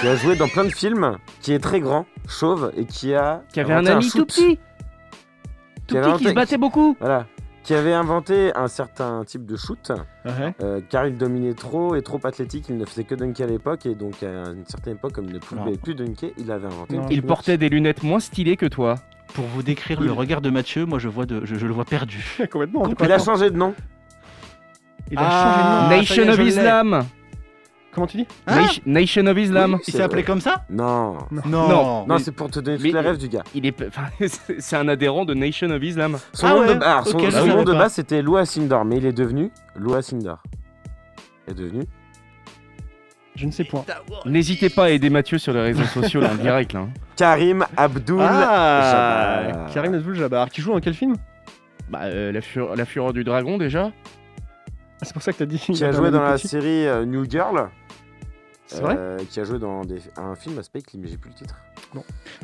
S7: qui a joué dans plein de films, qui est très grand, chauve et qui a.
S8: Qui avait un
S7: inventé
S8: ami tout
S7: shoot.
S8: petit. Tout
S7: avait
S8: petit qui
S7: inventé-
S8: se battait beaucoup.
S7: Voilà. Qui avait inventé un certain type de shoot,
S5: Ouais.
S7: euh, car il dominait trop et trop athlétique, il ne faisait que dunker à l'époque, et donc à une certaine époque, comme il ne pouvait
S6: Non.
S7: plus dunker, il avait inventé.
S5: Non.
S8: Il
S5: Ouais.
S8: portait des lunettes moins stylées que toi.
S6: Pour vous décrire le regard de Mathieu, moi je, vois de, je, je le vois perdu.
S5: <laughs> Complètement. on est
S7: Il
S5: pas
S7: a
S5: d'accord.
S7: changé de nom.
S5: Il a changé de nom.
S6: Ah, ça y est,
S8: Nation
S6: je
S8: of
S6: l'ai.
S8: Islam.
S5: Comment tu dis
S6: Hein
S8: Nation- Nation of Islam.
S6: Il s'est appelé comme ça
S7: Non.
S6: Non.
S8: Non.
S7: Non,
S8: Mais-
S7: c'est pour te donner
S8: mais-
S7: toutes les rêves du gars.
S8: Il est, <laughs> enfin, c'est c'est un adhérent de Nation of Islam.
S7: Son
S6: Ah
S7: nom,
S6: ouais,
S7: de, alors, son-
S6: ok, je
S7: son
S6: savais
S7: nom de
S6: pas.
S7: base c'était Loa Sindor, mais il est devenu Loa Sindor. Il est devenu
S5: Je ne sais point.
S8: N'hésitez pas à aider Mathieu sur les réseaux sociaux là, en direct. Là. hein.
S7: Karim Abdul.
S5: Ah
S7: Jabbar.
S5: Karim Abdul-Jabbar, qui joue dans quel film
S8: Bah, euh, la, fureur, la fureur du dragon déjà.
S5: Ah, C'est pour ça que t'as dit.
S7: qui a joué dans la série euh, New Girl.
S5: C'est vrai
S7: euh, Qui a joué dans des- un film à Spike Lee, mais j'ai plus le titre.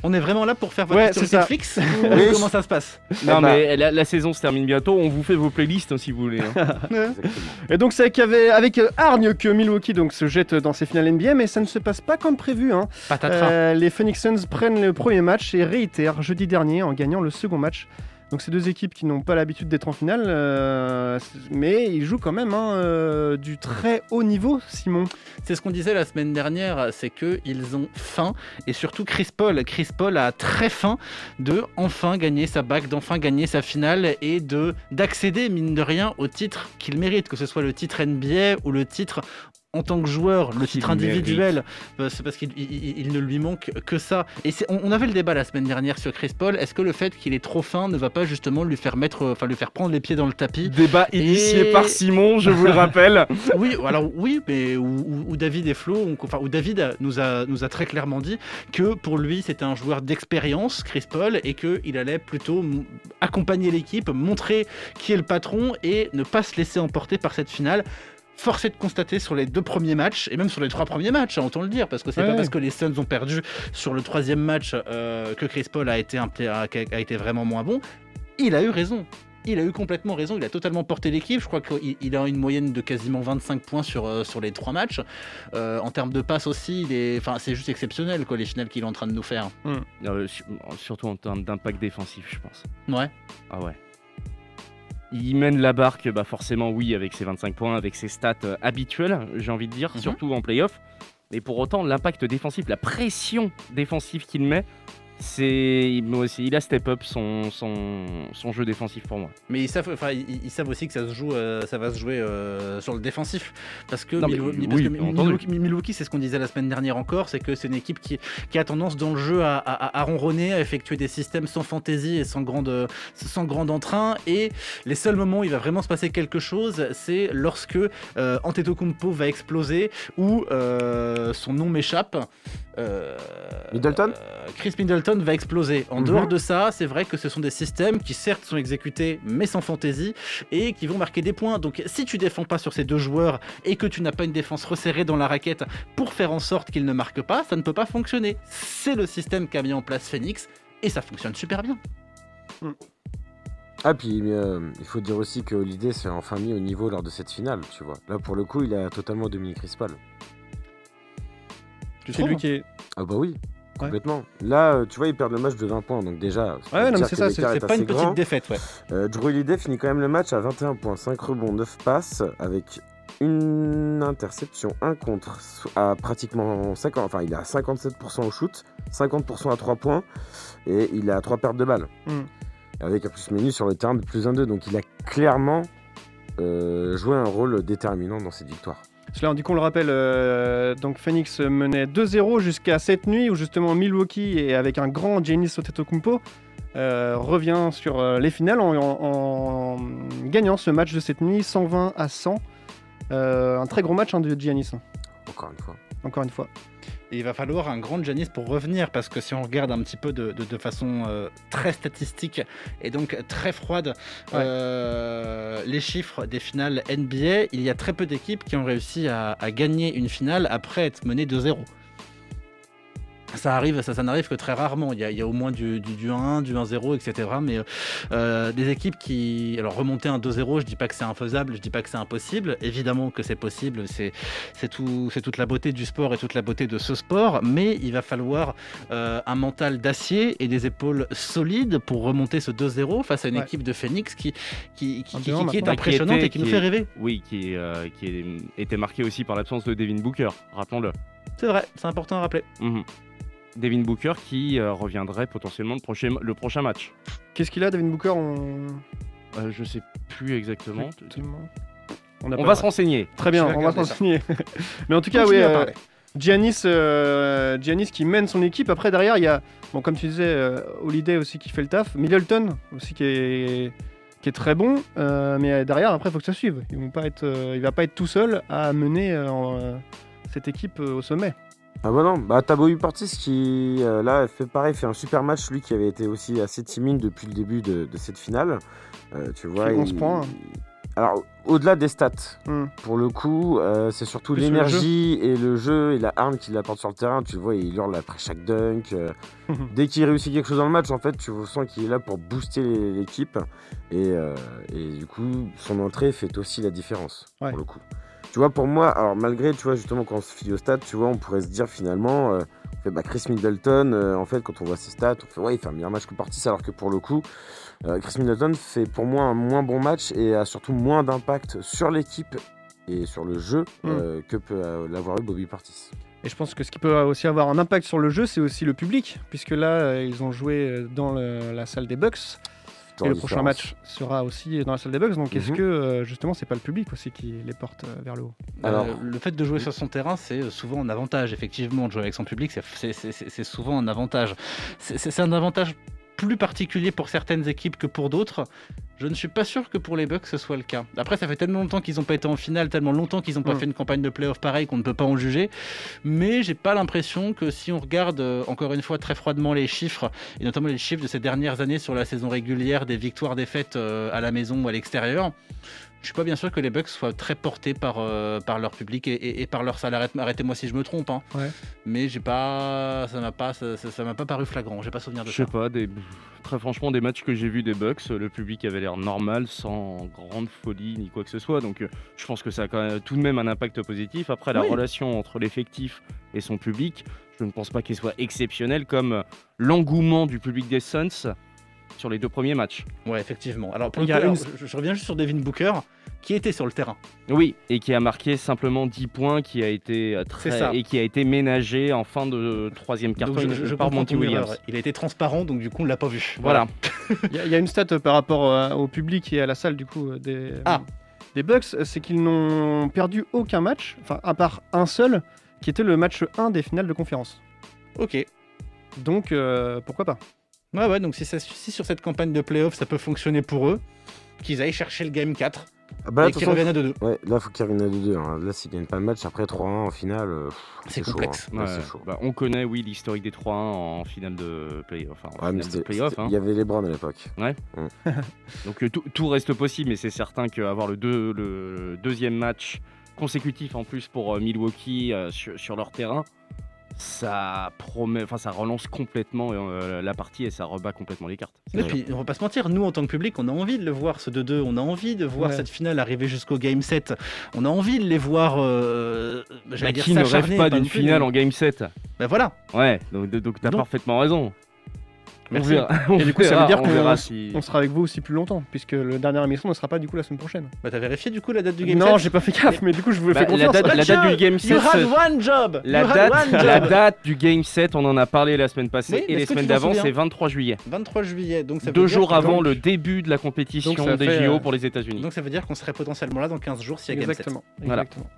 S6: On est vraiment là pour faire votre
S5: Ouais,
S6: historique
S5: c'est ça. <laughs>
S6: Netflix ou
S7: Euh, Oui.
S6: Comment ça se passe
S8: Non,
S7: Eh ben,
S8: mais la, la saison se termine bientôt. On vous fait vos playlists hein, si vous voulez. hein.
S7: exactement.
S5: Et donc c'est avec, avec euh, hargne que Milwaukee donc se jette dans ses finales NBA, mais ça ne se passe pas comme prévu. Hein.
S8: Patatras.
S5: Euh, les Phoenix Suns prennent le premier match et réitèrent jeudi dernier en gagnant le second match. Donc ces deux équipes qui n'ont pas l'habitude d'être en finale, euh, c'est- mais ils jouent quand même hein, euh, du très haut niveau, Simon.
S6: C'est ce qu'on disait la semaine dernière, c'est que ils ont faim et surtout Chris Paul. Chris Paul a très faim de enfin gagner sa bague, d'enfin gagner sa finale et de d'accéder mine de rien au titre qu'il mérite, que ce soit le titre NBA ou le titre en tant que joueur, le titre individuel, euh, c'est parce qu'il il- il- il ne lui manque que ça. Et c'est- on, on avait le débat la semaine dernière sur Chris Paul. Est-ce que le fait qu'il est trop fin ne va pas justement lui faire mettre, enfin lui faire prendre les pieds dans le tapis
S8: Débat initié
S6: Et-
S8: par Simon, je vous le rappelle.
S6: oui, alors oui, mais où, où- où David et Flo, ont- enfin où David a- nous a nous a très clairement dit que pour lui c'était un joueur d'expérience, Chris Paul, et que il allait plutôt m- accompagner l'équipe, montrer qui est le patron et ne pas se laisser emporter par cette finale. Force est de constater sur les deux premiers matchs et même sur les trois premiers matchs, hein, autant le dire, parce que c'est
S5: Ouais.
S6: pas parce que les Suns ont perdu sur le troisième match euh, que Chris Paul a été, un pla- a, a été vraiment moins bon. Il a eu raison. Il a eu complètement raison. Il a totalement porté l'équipe. Je crois qu'il il a une moyenne de quasiment 25 points sur, euh, sur les trois matchs. Euh, en termes de passes aussi, il est- enfin, c'est juste exceptionnel quoi, les finales qu'il est en train de nous faire.
S8: Euh, su- surtout en termes d'impact défensif, je pense.
S6: Ouais.
S8: Ah ouais. Il mène la barque, bah forcément oui, avec ses 25 points, avec ses stats euh, habituelles, j'ai envie de dire,
S6: Mhm.
S8: surtout en playoff. Mais pour autant, l'impact défensif, la pression défensive qu'il met, c'est moi aussi, il a step up son, son, son jeu défensif pour moi.
S6: Mais ils savent, enfin, ils, ils savent aussi que ça, se joue, euh, ça va se jouer euh, sur le défensif. Parce que,
S8: Non, mais
S6: Milwa-
S8: oui,
S6: parce que
S8: bien
S6: Mi-
S8: entendu.
S6: Milwaukee, Milwaukee, c'est ce qu'on disait la semaine dernière encore, c'est que c'est une équipe qui, qui a tendance dans le jeu à, à- à ronronner, à effectuer des systèmes sans fantaisie et sans grande, sans grand entrain. Et les seuls moments où il va vraiment se passer quelque chose, c'est lorsque euh, Antetokounmpo va exploser ou euh, son nom m'échappe. euh,
S7: Middleton
S6: euh, Chris Middleton va exploser. En
S5: Mhm.
S6: dehors de ça, c'est vrai que ce sont des systèmes qui certes sont exécutés mais sans fantaisie et qui vont marquer des points. Donc si tu défends pas sur ces deux joueurs et que tu n'as pas une défense resserrée dans la raquette pour faire en sorte qu'ils ne marquent pas, ça ne peut pas fonctionner. C'est le système qu'a mis en place Phoenix et ça fonctionne super bien.
S7: Ah, puis euh, il faut dire aussi que l'idée s'est enfin mis au niveau lors de cette finale, tu vois. Là, pour le coup, il a totalement dominé Chris Paul.
S6: Tu
S5: C'est lui qui est.
S7: Ah, bah oui, complètement. Là, euh, tu vois, ils perdent le match de 20 points, donc déjà. faut
S5: Ouais, non,
S7: dire
S5: mais c'est
S7: que
S5: ça,
S7: l'écart
S6: C'est
S7: est
S6: pas une
S7: assez grand.
S6: petite défaite, ouais.
S7: Euh, Drew Holiday finit quand même le match à 21 points, 5 rebonds, 9 passes, avec une interception, un contre, so- à pratiquement 50, enfin il est à 57% au shoot, 50% à 3 points, et il a 3 pertes de balles.
S5: Mm.
S7: Avec un plus menu sur le terrain de plus 1-2, donc il a clairement euh, joué un rôle déterminant dans cette victoire.
S5: Cela indique qu'on le rappelle, euh, donc Phoenix menait 2-0 jusqu'à cette nuit où justement Milwaukee et avec un grand Giannis Antetokounmpo euh, revient sur euh, les finales en, en- en gagnant ce match de cette nuit 120 à 100. Euh, un très gros match hein, de Giannis, hein,
S7: Encore une fois.
S5: encore une fois.
S6: Et il va falloir un grand Janis pour revenir, parce que si on regarde un petit peu de, de- de façon euh, très statistique et donc très froide euh, les chiffres des finales NBA, il y a très peu d'équipes qui ont réussi à, à gagner une finale après être menées 2-0. Ça arrive, ça, ça n'arrive que très rarement. Il y a, il y a au moins du, du, du 1-1, du 1-0, etc. Mais euh, euh, des équipes qui. Alors, remonter un 2-0, je dis pas que c'est infaisable, je dis pas que c'est impossible. Évidemment que c'est possible, c'est c'est tout, c'est toute la beauté du sport et toute la beauté de ce sport, mais il va falloir euh, un mental d'acier et des épaules solides pour remonter ce 2-0 face à une
S5: Ouais.
S6: équipe de Phoenix qui, qui, qui,
S5: Un
S6: qui-
S5: dehors,
S6: qui est
S5: maintenant.
S6: impressionnante
S8: Qui était-
S6: et qui nous
S8: qui
S6: fait
S8: est-
S6: rêver.
S8: Oui, qui, est, euh, qui est- était marqué aussi par l'absence de Devin Booker, rappelons-le.
S6: C'est vrai, c'est important à rappeler.
S8: Mhm. Devin Booker qui euh, reviendrait potentiellement le prochain, le prochain match.
S5: Qu'est-ce qu'il a, Devin Booker on...
S8: Euh, je sais plus exactement.
S5: n'a
S8: On
S5: pas
S8: va
S5: le-
S8: se renseigner.
S5: Très bien,
S6: Je vais
S5: on va
S6: regarder ça.
S5: continuer. <laughs> Mais en tout cas, oui,
S6: Continue à
S5: euh,
S6: parler.
S5: Giannis, euh, Giannis qui mène son équipe. Après, derrière, il y a, bon, comme tu disais, euh, Holiday aussi qui fait le taf. Middleton aussi qui est, qui est très bon. Euh, mais euh, derrière, après, il faut que ça suive. Ils vont pas être, euh, il va pas être tout seul à mener euh, en, euh, cette équipe euh, au sommet.
S7: Ah bah non, bah t'as Bobby Portis qui euh, là fait pareil, fait un super match, lui qui avait été aussi assez timide depuis le début de, de cette finale. Euh, tu vois,
S5: Fait 11 points.
S7: Alors au-delà des stats,
S5: Hmm.
S7: pour le coup, euh, c'est surtout
S5: Plus sur le
S7: l'énergie et le jeu et la arme qu'il apporte sur le terrain. Tu le vois, il hurle après chaque
S5: <laughs>
S7: dunk. euh, dès qu'il réussit quelque chose dans le match, en fait, tu sens qu'il est là pour booster l'équipe. Et, euh, et du coup, son entrée fait aussi la différence,
S5: Ouais.
S7: pour le coup. Tu vois, pour moi, alors malgré, tu vois, justement, quand on se fie au stade, tu vois, on pourrait se dire finalement, euh, Fait, bah, Chris Middleton, euh, en fait, quand on voit ses stats, on fait ouais, il fait un meilleur match que Portis, alors que pour le coup, euh, Chris Middleton fait pour moi un moins bon match et a surtout moins d'impact sur l'équipe et sur le jeu euh, que peut euh, l'avoir eu Bobby Portis.
S5: Et je pense que ce qui peut aussi avoir un impact sur le jeu, c'est aussi le public, puisque là, euh, ils ont joué euh, dans le- la salle des Bucks.
S7: Toujours
S5: et le
S7: la
S5: prochain
S7: différence.
S5: match sera aussi dans la salle des Bucks. Donc est-ce
S7: Mhm.
S5: que euh, justement, c'est pas le public aussi qui les porte euh, vers le haut
S7: Alors-
S6: Euh, le fait de jouer sur son terrain, c'est euh, souvent un avantage, effectivement. De jouer avec son public, c'est- c'est- c'est c'est souvent un avantage. C'est- C'est c'est un avantage plus particulier pour certaines équipes que pour d'autres. Je ne suis pas sûr que pour les Bucks ce soit le cas. Après, ça fait tellement longtemps qu'ils n'ont pas été en finale, tellement longtemps qu'ils n'ont pas
S5: Mm.
S6: fait une campagne de playoff pareille qu'on ne peut pas en juger. Mais j'ai pas l'impression que si on regarde euh, encore une fois très froidement les chiffres, et notamment les chiffres de ces dernières années sur la saison régulière, des victoires, défaites euh, à la maison ou à l'extérieur, je suis pas bien sûr que les Bucks soient très portés par, euh, par leur public et, et- et par leurs salariés. Arrêtez-moi si je me trompe. Hein.
S5: Ouais.
S6: Mais j'ai pas, ça m'a pas, ça, ça- ça m'a pas paru flagrant. J'ai pas souvenir de
S8: Je
S6: ça.
S8: sais pas, des... très franchement, des matchs que j'ai vus des Bucks, le public avait l'air normal, sans grande folie ni quoi que ce soit. Donc euh, je pense que ça a quand même, tout de même un impact positif. Après, la
S6: Oui.
S8: relation entre l'effectif et son public, je ne pense pas qu'elle soit exceptionnelle comme euh, l'engouement du public des Suns sur les deux premiers matchs.
S6: Ouais, effectivement. Alors, pour
S8: Il y
S6: le coup,
S8: a une-
S6: alors, je, je reviens juste sur Devin Booker, qui était sur le terrain.
S8: Oui, et qui a marqué simplement 10 points, qui a été euh,
S6: C'est ça.
S8: très et qui a été ménagé en fin de euh, troisième carton
S6: Donc,
S8: il- par
S6: comprends
S8: Monty
S6: ton
S8: Williams.
S6: erreur. Il a été transparent, donc du coup, on l'a pas vu.
S8: Voilà.
S5: Il y, a- il y a une stat euh, par rapport euh, au public et à la salle du coup euh, des,
S6: Ah.
S5: des Bucks, euh, c'est qu'ils n'ont perdu aucun match, enfin à part un seul, qui était le match 1 des finales de conférence.
S6: Ok.
S5: Donc euh, pourquoi pas
S6: Ouais, ouais. Donc si, ça- si sur cette campagne de playoff, ça peut fonctionner pour eux, qu'ils aillent chercher le game 4
S7: Ah bah,
S6: et qu'ils
S7: attention,
S6: reviennent à 2-2.
S7: Ouais, là, faut qu'il revienne à 2-2. hein. Là, s'il gagne pas le match, après 3-1 en finale, euh, pff,
S6: C'est
S7: chaud,
S6: complexe.
S7: hein. Ouais,
S8: Ouais,
S7: c'est chaud.
S8: bah, on connaît, oui, l'historique des 3-1 en finale de playoff. Enfin, en
S7: Ouais, mais
S8: finale de
S7: c'était-
S8: playoff,
S7: c'était-
S8: hein.
S7: Il y avait les Browns à l'époque.
S8: Donc euh, tout, tout reste possible, mais c'est certain qu'avoir le, deux- le deuxième match consécutif en plus pour euh, Milwaukee euh, sur, sur leur terrain, ça promet, enfin ça relance complètement euh, la partie et ça rebat complètement les cartes. Bah,
S6: Et puis, on va pas se mentir, nous en tant que public, on a envie de le voir ce 2-2, on a envie de voir
S5: Ouais.
S6: cette finale arriver jusqu'au Game 7, on a envie de les voir. Euh, j'allais
S8: Bah,
S6: dire
S8: qui ne rêve
S6: s'acharner,
S8: pas d'une
S6: non plus,
S8: finale
S6: mais-
S8: en game 7
S6: Bah voilà,
S8: Ouais, donc, donc t'as
S6: Donc-
S8: parfaitement raison. On
S6: Merci.
S8: verra, <laughs> on
S5: Et du coup, ça veut
S8: verra,
S5: dire
S8: on
S5: qu'on-
S8: verra si-
S5: On sera avec vous aussi plus longtemps, puisque le dernière émission ne sera pas du coup la semaine prochaine.
S6: bah t'as vérifié du coup la date du Game 7
S5: non, j'ai pas fait gaffe,
S6: <laughs>
S5: mais du coup je vous
S8: Bah,
S5: fais
S8: la
S5: confiance.
S8: date, la date du game
S6: You
S8: 7
S6: had one job
S8: La
S6: You had
S8: date,
S6: one
S8: la
S6: job
S8: date du Game 7, on en a parlé la semaine passée
S6: Oui, mais
S8: et les
S6: est-ce que
S8: semaines
S6: tu t'en
S8: d'avant,
S6: souviens
S8: c'est 23 juillet.
S6: 23 juillet, donc ça veut
S8: Deux
S6: dire
S8: jours
S6: que-
S8: avant
S6: donc-
S8: le début de la compétition
S5: donc ça
S8: des
S5: fait,
S8: JO
S5: euh,
S8: pour les États-Unis.
S6: Donc ça veut dire qu'on serait potentiellement là dans 15 jours s'il y a Game 7.
S5: Exactement.
S8: Voilà.
S5: exactement.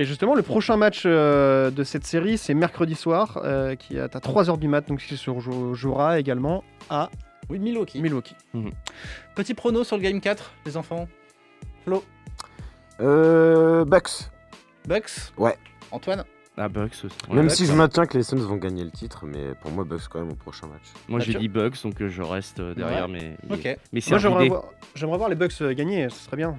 S5: Et justement, le prochain match euh, de cette série, c'est mercredi soir, euh, qui est à 3h du mat, donc qui se rejou- jouera également à
S6: Oui, Milwaukee.
S5: Milwaukee.
S6: Petit prono sur le Game 4, les enfants Flo,
S7: Euh, Bucks.
S6: Bucks
S7: Ouais.
S6: Antoine
S8: Ah, Bucks aussi.
S7: Même
S8: Ouais,
S7: si
S8: Bucks.
S7: je maintiens que les Suns vont gagner le titre, mais pour moi, Bucks quand même au prochain match.
S8: Moi j'ai
S6: Mathieu.
S8: dit Bucks, donc euh, je reste euh, derrière mes, mes, mes
S6: Ok.
S5: Moi,
S8: cervidés.
S5: j'aimerais voir, j'aimerais voir les Bucks euh, gagner, ce serait bien.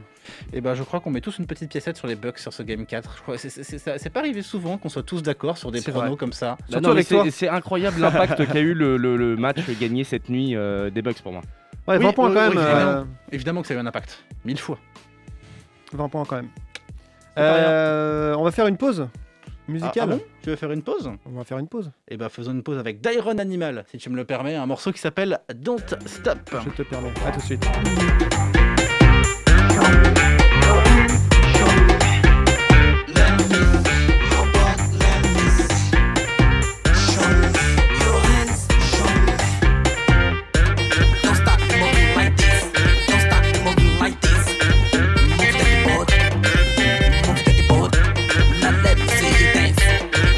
S6: Et ben, je crois qu'on met tous une petite piécette sur les Bucks sur ce Game 4. Je crois que c'est- c'est- c'est ça- c'est pas arrivé souvent qu'on soit tous d'accord sur des
S5: C'est
S6: pronos
S5: vrai.
S6: comme ça.
S8: Bah
S5: Surtout
S8: non, mais
S5: avec
S8: c'est-
S5: toi.
S8: C'est <laughs> incroyable l'impact qu'a eu le, le- le <laughs> match gagné cette nuit euh, des Bucks pour moi.
S5: Ouais,
S6: Oui,
S5: 20 points
S6: oui,
S5: quand
S6: oui,
S5: même. euh,
S6: Évidemment que ça a eu un impact, mille fois.
S5: 20 points quand même.
S6: C'est pas
S5: Euh, on va faire une pause musicale.
S6: Ah, ah bon tu veux faire une pause
S5: on va faire une pause.
S6: Eh ben faisons une pause avec Dyron Animal, si tu me le permets, un morceau qui s'appelle Don't Stop.
S5: Je te permets. À tout de suite.
S10: Don't stop moving like this. Don't stop moving like this. Move that board. Move that board. Now let me see you dance.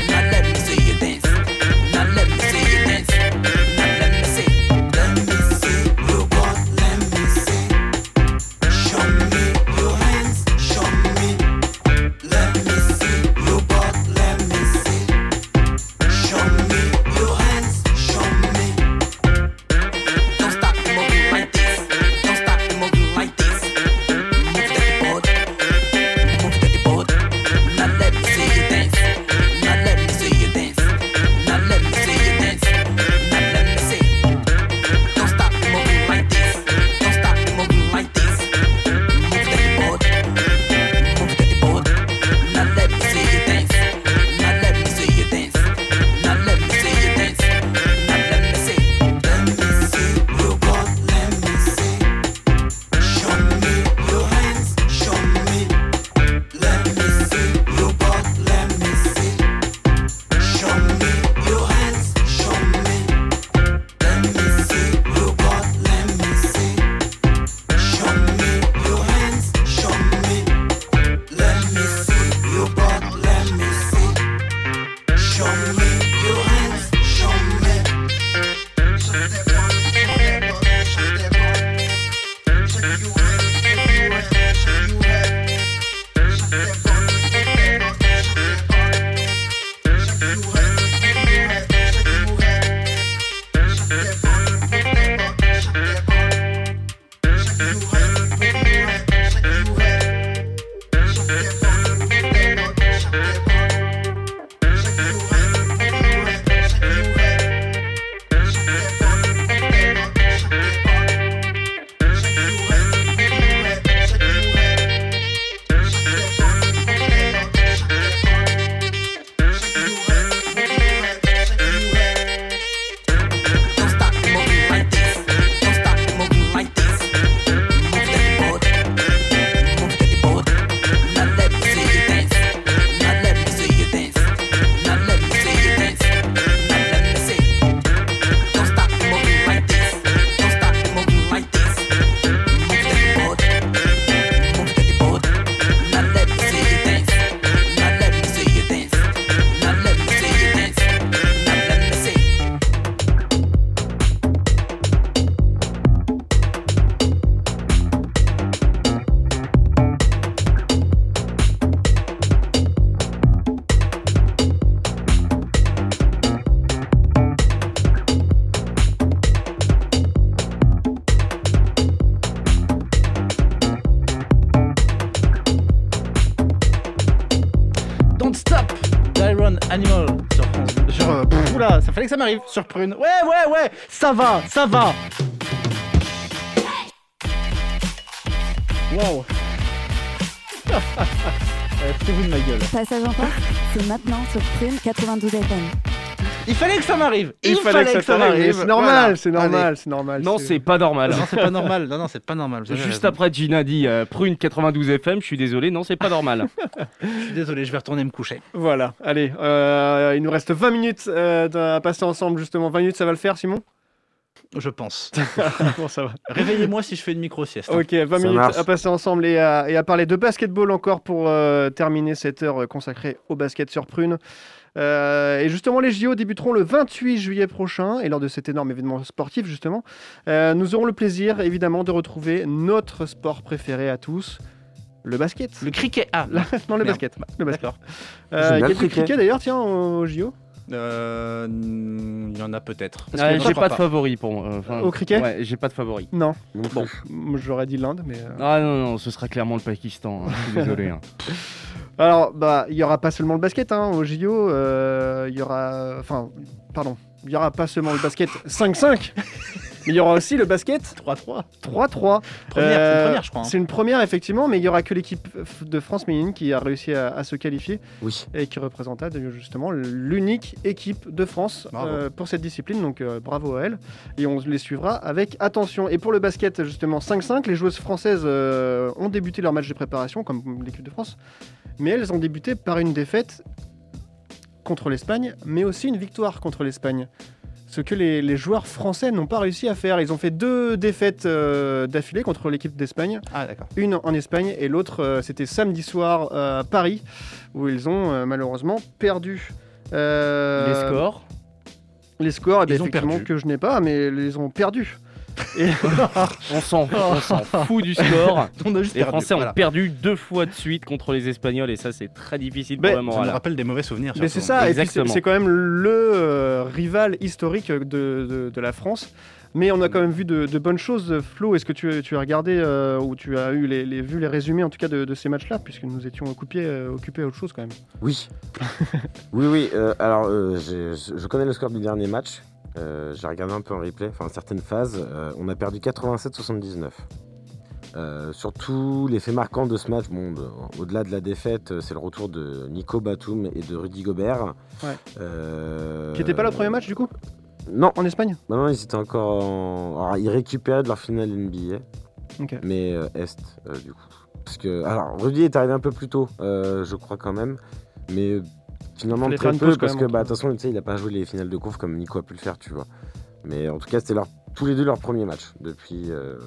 S10: Now let me see you dance. Now let me see you dance. Now let me see. Let me see. Robot, let me see.
S6: Animal sur France Bleu- sur, euh, pff, oula, ça fallait que ça m'arrive sur Prune. Ouais, ouais, ouais, ça va, ça va. Wow. <laughs> Euh, Foutez-vous de ma gueule.
S4: Passage en force, c'est maintenant sur Prune 92 FM.
S6: Il fallait que ça m'arrive.
S5: Il fallait que ça t'arrive. C'est normal, c'est normal, c'est
S7: Ah,
S5: normal.
S8: Non, c'est pas normal. <laughs>
S6: Voilà. Non, c'est pas normal. Non, non, c'est pas normal. Vous avez
S8: Juste
S6: raison.
S8: après, Gina dit euh, Prune 92 FM, je suis désolé, non, c'est pas <laughs> normal.
S6: Je suis désolé, je vais retourner me coucher.
S5: Voilà, allez, euh, il nous reste 20 minutes euh, à passer ensemble, justement. 20 minutes, ça va le faire, Simon
S6: Je pense.
S5: Bon, ça va.
S6: <laughs> Réveillez-moi si je fais une micro-sieste.
S5: <laughs> Ok, 20
S7: Ça
S5: minutes
S7: marche.
S5: à passer ensemble et à, et à parler de basketball encore pour euh, terminer cette heure consacrée au basket sur Prune. Euh, et justement, les JO débuteront le 28 juillet prochain. Et lors de cet énorme événement sportif, justement, euh, nous aurons le plaisir, évidemment, de retrouver notre sport préféré à tous, le basket.
S6: Le cricket. Ah,
S5: <laughs> non, le
S6: Merde.
S5: basket. Le basket.
S6: d'accord.
S5: Euh, il y a
S7: Génial,
S5: du
S7: cricket.
S5: cricket d'ailleurs, tiens, au, au JO.
S6: Euh, Il y en a peut-être.
S8: Ouais,
S6: Parce que
S8: Euh, j'ai
S6: je crois
S8: pas de favori pour moi. euh, enfin,
S5: Au cricket
S8: Ouais, j'ai pas de favori.
S5: Non.
S7: Bon.
S5: M- J'aurais dit l'Inde, mais. euh,
S8: Ah non, non, ce sera clairement le Pakistan. hein, Je <laughs> suis désolé. hein.
S5: Alors, bah, il y aura pas seulement le basket hein, au JO. euh, Il y aura, enfin, pardon, il y aura pas seulement le basket 5-5, mais il y aura aussi le basket
S6: 3-3.
S5: 3-3.
S6: Première, c'est
S5: Euh,
S6: une première, je crois. hein.
S5: C'est une première effectivement, mais il y aura que l'équipe f- de France féminine qui a réussi à, à se qualifier
S7: Oui.
S5: et qui représenta de- justement l'unique équipe de France
S6: Bravo.
S5: euh, pour cette discipline. Donc euh, bravo à elle. Et on les suivra avec attention. Et pour le basket, justement 5-5, les joueuses françaises euh, ont débuté leur match de préparation, comme l'équipe de France. Mais elles ont débuté par une défaite contre l'Espagne, mais aussi une victoire contre l'Espagne. Ce que les, les joueurs français n'ont pas réussi à faire. Ils ont fait deux défaites euh, d'affilée contre l'équipe d'Espagne
S6: Ah, d'accord.
S5: une en Espagne et l'autre euh, c'était samedi soir euh, à Paris où ils ont euh, malheureusement perdu. Euh,
S8: Les scores
S5: Les scores, eh bien,
S6: Ils ont
S5: effectivement,
S6: perdu.
S5: que je n'ai pas, mais ils ont perdu.
S8: On s'en on s'en fout du score.
S6: <laughs> On a juste
S8: Les
S6: perdu,
S8: Français
S6: voilà.
S8: ont perdu deux fois de suite contre les Espagnols et ça, c'est très difficile
S5: Ben,
S8: pour le
S6: Ça me
S8: moral.
S6: rappelle des mauvais souvenirs.
S5: Mais c'est
S6: surtout.
S5: ça, et puis c'est
S8: Exactement.
S5: c'est quand même le euh, rival historique de, de- de la France. Mais on a quand même vu de, de bonnes choses, Flo. Est-ce que tu, tu as regardé euh, ou tu as eu les, les- vu les résumés en tout cas de, de ces matchs-là, puisque nous étions occupés, euh, occupés à autre chose quand même <laughs>
S7: Oui. oui, oui. euh, alors, euh, j'ai- je je connais le score du dernier match. Euh, j'ai regardé un peu en replay, enfin certaines phases. Euh, on a perdu 87-79. Euh, surtout, l'effet marquant de ce match, bon, de- au-delà de la défaite, euh, c'est le retour de Nico Batum et de Rudy Gobert.
S5: Ouais.
S7: Euh,
S5: Qui n'était pas là au premier match du coup
S7: Non,
S5: En Espagne
S7: non, non, ils étaient encore. en- alors, ils récupéraient de leur finale NBA,
S5: Ok.
S7: mais euh, Est, euh, du coup. Parce que, alors, Rudy est arrivé un peu plus tôt, euh, je crois quand même, mais euh, finalement
S5: Fallait faire
S7: très
S5: une
S7: peu,
S5: pause quand
S7: parce
S5: même
S7: que,
S5: entre
S7: bah, de
S5: eux.
S7: toute façon, tu sais, il a pas joué les finales de conf comme Nico a pu le faire, tu vois. Mais en tout cas, c'était leur, tous les deux leur premier match depuis, euh,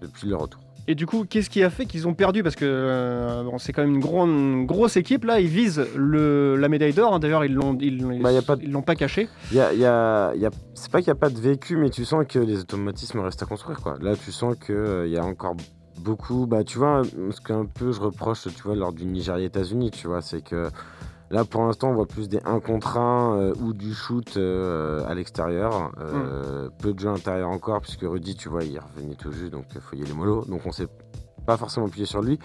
S7: depuis le retour.
S5: Et du coup, qu'est-ce qui a fait qu'ils ont perdu Parce que euh, bon, c'est quand même une, grande, une grosse équipe là. Ils visent le, la médaille d'or. hein. D'ailleurs, ils l'ont, ils, l'ont-
S7: Bah, y a pas de-
S5: ils l'ont pas caché.
S7: Y a- y a- y a- c'est pas qu'il n'y a pas de vécu, mais tu sens que les automatismes restent à construire. Quoi. Là, tu sens qu'il y a encore beaucoup. Bah, tu vois, ce qu'un peu je reproche tu vois, lors du Nigeria-États-Unis, tu vois, c'est que là, pour l'instant, on voit plus des 1 contre 1 euh, ou du shoot euh, à l'extérieur. Euh, Peu de jeux intérieurs encore, puisque Rudy, tu vois, il revenait tout juste, donc il faut y aller mollo. Donc on s'est pas forcément appuyé sur lui.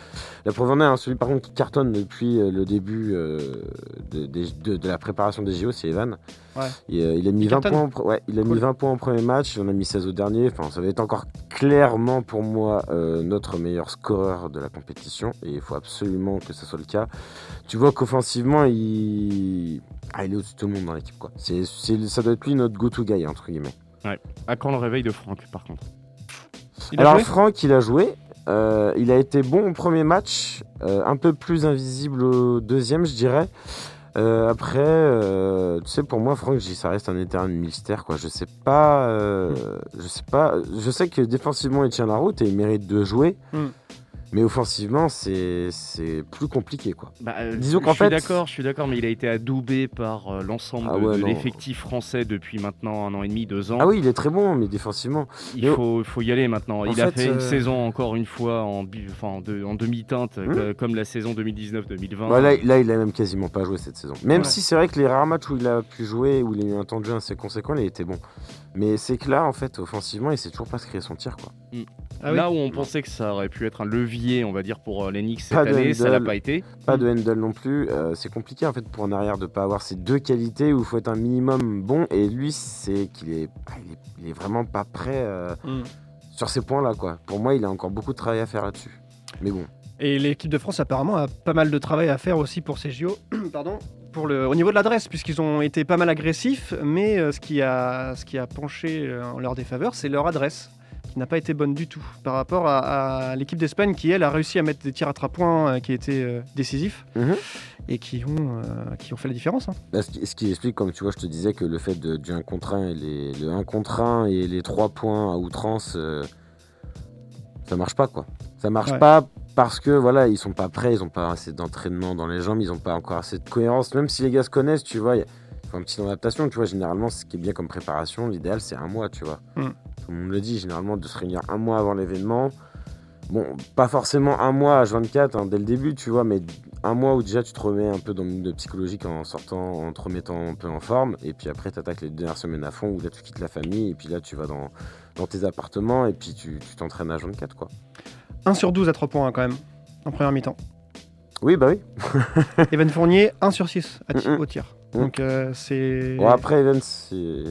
S7: La preuve en est, hein, celui par contre qui cartonne depuis euh, le début euh, de, des- de- de la préparation des JO, c'est Evan.
S5: Ouais.
S7: Et, euh, il a, mis
S5: Il
S7: 20,
S5: cartonne.
S7: points en, pre- ouais, il a
S5: Cool.
S7: mis 20 points en premier match, il en a mis 16 au dernier. Enfin, ça va être encore clairement pour moi euh, notre meilleur scoreur de la compétition. Et il faut absolument que ce soit le cas. Tu vois qu'offensivement, il... ah, il est au-dessus de tout le monde dans l'équipe. quoi. C'est, c'est- ça doit être lui notre go-to guy, entre guillemets.
S8: À quand le réveil de Franck, par contre
S5: Il a
S7: Alors
S5: joué
S7: Franck, il a joué. Euh, il a été bon au premier match, euh, un peu plus invisible au deuxième, je dirais. Euh, après, euh, tu sais, pour moi, Franck, j- ça reste un éternel mystère, quoi. Je sais pas, euh, je sais pas. Je sais que défensivement, il tient la route et il mérite de jouer.
S5: Mm.
S7: Mais offensivement, c'est c'est plus compliqué, quoi.
S8: Bah, euh,
S7: Disons
S8: je
S7: qu'en
S8: suis
S7: fait-
S8: d'accord, je suis d'accord, mais il a été adoubé par euh, l'ensemble
S7: Ah
S8: de-
S7: ouais,
S8: de
S7: non.
S8: l'effectif français depuis maintenant un an et demi, deux ans.
S7: Ah oui, il est très bon, mais défensivement,
S8: Il
S7: Mais-
S8: faut, faut y aller maintenant.
S7: En
S8: il a
S7: fait,
S8: fait une
S7: euh,
S8: saison encore une fois en, bi- enfin, en, de- en demi-teinte,
S7: Hmm.
S8: euh, comme la saison 2019-2020.
S7: Bah, là, là, il a même quasiment pas joué cette saison. Même
S5: Ouais.
S7: si c'est vrai que les rares matchs où il a pu jouer, où il a eu un temps de jeu assez conséquent, il était bon. Mais c'est que là, en fait, offensivement, il s'est toujours pas se créer son tir, quoi.
S8: Mm.
S5: Ah oui.
S8: Là où on pensait que ça aurait pu être un levier, on va dire, pour euh, les Knicks cette
S7: Pas de
S8: année, ça l'a
S7: handle.
S8: pas été.
S7: Pas
S5: Mm.
S7: de handle non plus. euh, c'est compliqué en fait pour un arrière de pas avoir ces deux qualités où il faut être un minimum bon. Et lui, c'est qu'il est, ah, il est, il est vraiment pas prêt euh,
S5: Mm.
S7: sur ces points-là quoi. Pour moi, il a encore beaucoup de travail à faire là-dessus. Mais bon.
S5: Et l'équipe de France apparemment a pas mal de travail à faire aussi pour ces JO. <clears throat> Pardon. Pour le, au niveau de l'adresse, puisqu'ils ont été pas mal agressifs, mais euh, ce, qui a, ce qui a penché euh, en leur défaveur, c'est leur adresse, qui n'a pas été bonne du tout, par rapport à, à l'équipe d'Espagne, qui, elle, a réussi à mettre des tirs à trois points euh, qui étaient euh, décisifs,
S7: Mhm.
S5: et qui ont, euh, qui ont fait la différence. hein.
S7: Bah, ce, qui, ce qui explique, comme tu vois, je te disais que le fait de, du 1 contre 1 et les, le 1 contre 1 et les 3 points à outrance, euh, ça marche pas quoi. Ça marche
S5: Ouais.
S7: pas parce que voilà, ils sont pas prêts, ils ont pas assez d'entraînement dans les jambes, ils ont pas encore assez de cohérence. Même si les gars se connaissent, tu vois, il y a- il faut un petit temps d'adaptation, tu vois. Généralement, ce qui est bien comme préparation, l'idéal c'est un mois, tu vois.
S5: Mm.
S7: Tout le monde le dit, généralement, de se réunir un mois avant l'événement. Bon, pas forcément un mois à 24 hein, dès le début, tu vois, mais un mois où déjà tu te remets un peu dans le milieu psychologique en sortant, en te remettant un peu en forme, et puis après tu attaques les deux dernières semaines à fond où là tu quittes la famille, et puis là tu vas dans, dans tes appartements, et puis tu tu t'entraînes à 24 quoi.
S5: 1 sur 12 à 3 points hein, quand même, en première mi-temps. <laughs>
S7: Oui, bah oui.
S5: Evan Fournier, 1 sur 6 à ti-
S7: Mhm.
S5: au tir.
S7: Mhm.
S5: Donc euh, c'est...
S7: Bon, après, Evans, c'est.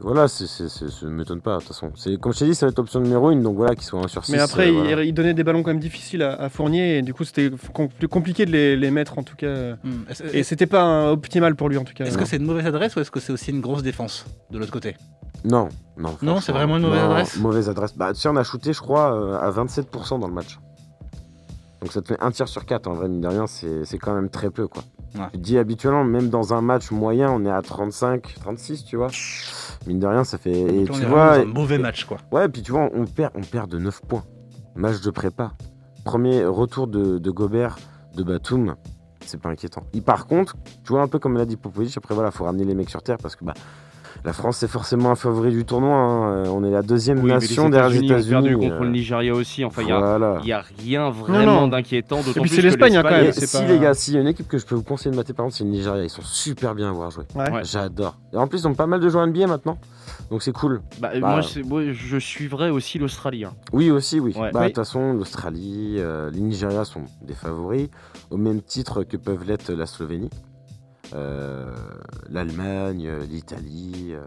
S7: Voilà, c'est, c'est, c'est- ça m'étonne pas, de toute façon. C'est, comme je t'ai dit, ça va être option numéro 1, donc voilà, qu'il soit 1 sur 6.
S5: Mais après, il- il, donnait des ballons quand même difficiles à, à Fournier, et du coup, c'était com- plus compliqué de les, les mettre en tout cas. euh,
S6: Hmm. Est-ce
S5: Et c'était pas un optimal pour lui en tout cas.
S6: est-ce que c'est une mauvaise adresse ou est-ce que c'est aussi une grosse défense de l'autre côté
S7: Non, non. franchement,
S6: c'est vraiment une mauvaise adresse
S7: Mauvaise adresse. Bah, tu sais, on a shooté, je crois, euh, à 27% dans le match. Donc ça te fait un tir sur 4, en vrai, mine de rien, c'est, c'est quand même très peu, quoi.
S6: Ouais.
S7: Tu te dis habituellement, même dans un match moyen, on est à 35, 36, tu vois. Mine de rien, ça fait. Et
S6: On est
S7: tu
S6: vraiment
S7: vois.
S6: dans un mauvais match quoi.
S7: Ouais, puis tu vois, on perd, on perd de 9 points. Match de prépa. Premier retour de, de Gobert, de Batum, c'est pas inquiétant. Et par contre, tu vois, un peu comme l'a dit Popovic, après voilà, faut ramener les mecs sur terre parce que bah, la France c'est forcément un favori du tournoi. hein. Euh, On est la deuxième
S8: Oui, mais les
S7: nation derrière les
S8: États-Unis ont
S7: États-Unis.
S8: perdu contre
S7: euh,
S8: le Nigeria aussi. Enfin, il y a-
S7: voilà.
S8: il y a, rien vraiment
S5: non.
S8: d'inquiétant. d'autant
S5: puis
S8: plus
S5: c'est
S8: que
S5: l'Espagne, hein, quand
S7: Et
S5: même, c'est
S7: si
S5: pas-
S7: les gars, s'il y a une équipe que je peux vous conseiller de mater par exemple, c'est le Nigeria. Ils sont super bien à voir jouer.
S5: Ouais.
S8: Ouais.
S7: J'adore. Et en plus, ils ont pas mal de joueurs NBA maintenant, donc c'est cool.
S8: Bah,
S7: Bah,
S8: moi,
S7: euh,
S8: c'est- moi, je suivrais aussi l'Australie. hein.
S7: Oui, aussi, oui.
S8: Ouais.
S7: Bah, de
S5: Oui.
S7: toute façon, l'Australie, euh, le Nigeria sont des favoris, au même titre que peuvent l'être la Slovénie, euh, l'Allemagne, euh, l'Italie. euh,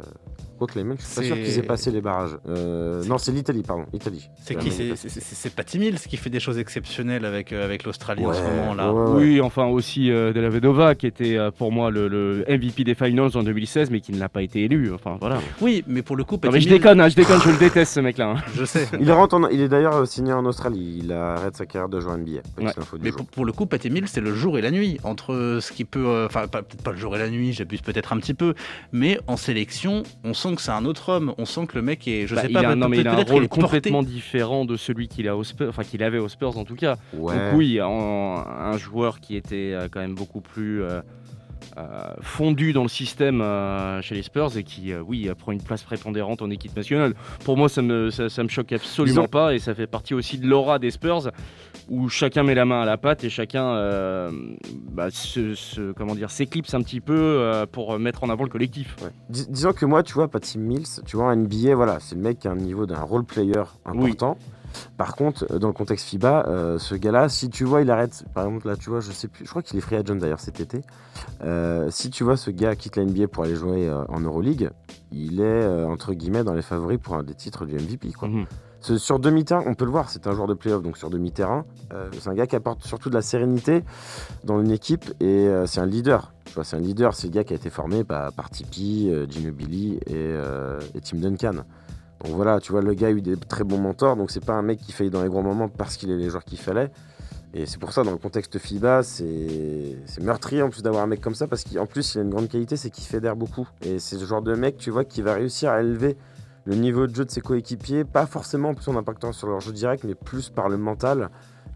S7: Quoique l'Allemagne, je suis pas
S6: C'est-
S7: sûr qu'ils aient passé les barrages. Euh,
S6: C'est
S7: non,
S6: qui
S7: c'est l'Italie, pardon. Italie.
S6: C'est qui C'est- C'est c'est- c'est pas Timil ce qui fait des choses exceptionnelles avec, euh, avec l'Australie en ce
S7: Ouais,
S6: moment là.
S7: ouais, ouais, ouais.
S8: Oui, enfin aussi euh, Della Vedova, qui était euh, pour moi le, le MVP des Finals en 2016, mais qui ne l'a pas été élu. Enfin, voilà.
S6: Oui, mais pour le coup,
S8: Non, mais je
S6: Patimil-
S8: déconne, hein, je déconne, je le déteste ce mec-là. hein.
S6: Je sais.
S7: Il rentre en- il est d'ailleurs euh, signé en Australie. Il arrête sa carrière de joueur NBA. Petite
S8: Ouais.
S7: info du
S6: Mais
S7: jour.
S6: pour, pour le coup, Patty Mills, c'est le jour et la nuit. Entre euh, ce qui peut. euh, Enfin, pas- peut-être pas le jour et la nuit, j'abuse peut-être un petit peu. Mais en sélection, on sent que c'est un autre homme. On sent que le mec est. Je
S8: Bah,
S6: sais
S8: il
S6: pas,
S8: a,
S6: peut-
S8: non, mais il a un
S6: peut-être
S8: rôle
S6: est porté.
S8: complètement différent de celui qu'il a au Spurs- enfin qu'il avait aux Spurs en tout cas.
S7: Ouais.
S8: Donc oui, en- un joueur qui était euh, quand même beaucoup plus euh, euh, fondu dans le système euh, chez les Spurs et qui, euh, oui, euh, prend une place prépondérante en équipe nationale. Pour moi, ça me, ça, ça me choque absolument
S7: Disons-
S8: pas et ça fait partie aussi de l'aura des Spurs où chacun met la main à la pâte et chacun euh, bah, se, se- comment dire, s'éclipse un petit peu euh, pour mettre en avant le collectif.
S7: Ouais. Dis- disons que moi, tu vois, Patty Mills, tu vois, en NBA, voilà, c'est le mec qui a un niveau d'un role player important. Par contre, euh, dans le contexte FIBA, euh, ce gars-là, si tu vois, il arrête, par exemple, là, tu vois, je sais plus, je crois qu'il est free agent d'ailleurs cet été. Euh, si tu vois, ce gars quitte la NBA pour aller jouer euh, en Euroleague, il est, euh, entre guillemets, dans les favoris pour un des titres du MVP, quoi.
S8: Mhm.
S7: Ce- Sur demi-terrain, on peut le voir, c'est un joueur de playoff, donc sur demi-terrain, euh, c'est un gars qui apporte surtout de la sérénité dans une équipe et euh, c'est un leader. Tu vois, c'est un leader, c'est le gars qui a été formé bah, par Tipeee, euh, Ginobili et, euh, et Tim Duncan. Donc voilà, tu vois, le gars a eu des très bons mentors, donc c'est pas un mec qui faillit dans les gros moments parce qu'il est les joueurs qu'il fallait. Et c'est pour ça, dans le contexte FIBA, c'est c'est meurtrier en plus d'avoir un mec comme ça, parce qu'en plus, il a une grande qualité, c'est qu'il fédère beaucoup. Et c'est ce genre de mec, tu vois, qui va réussir à élever le niveau de jeu de ses coéquipiers, pas forcément en plus en impactant sur leur jeu direct, mais plus par le mental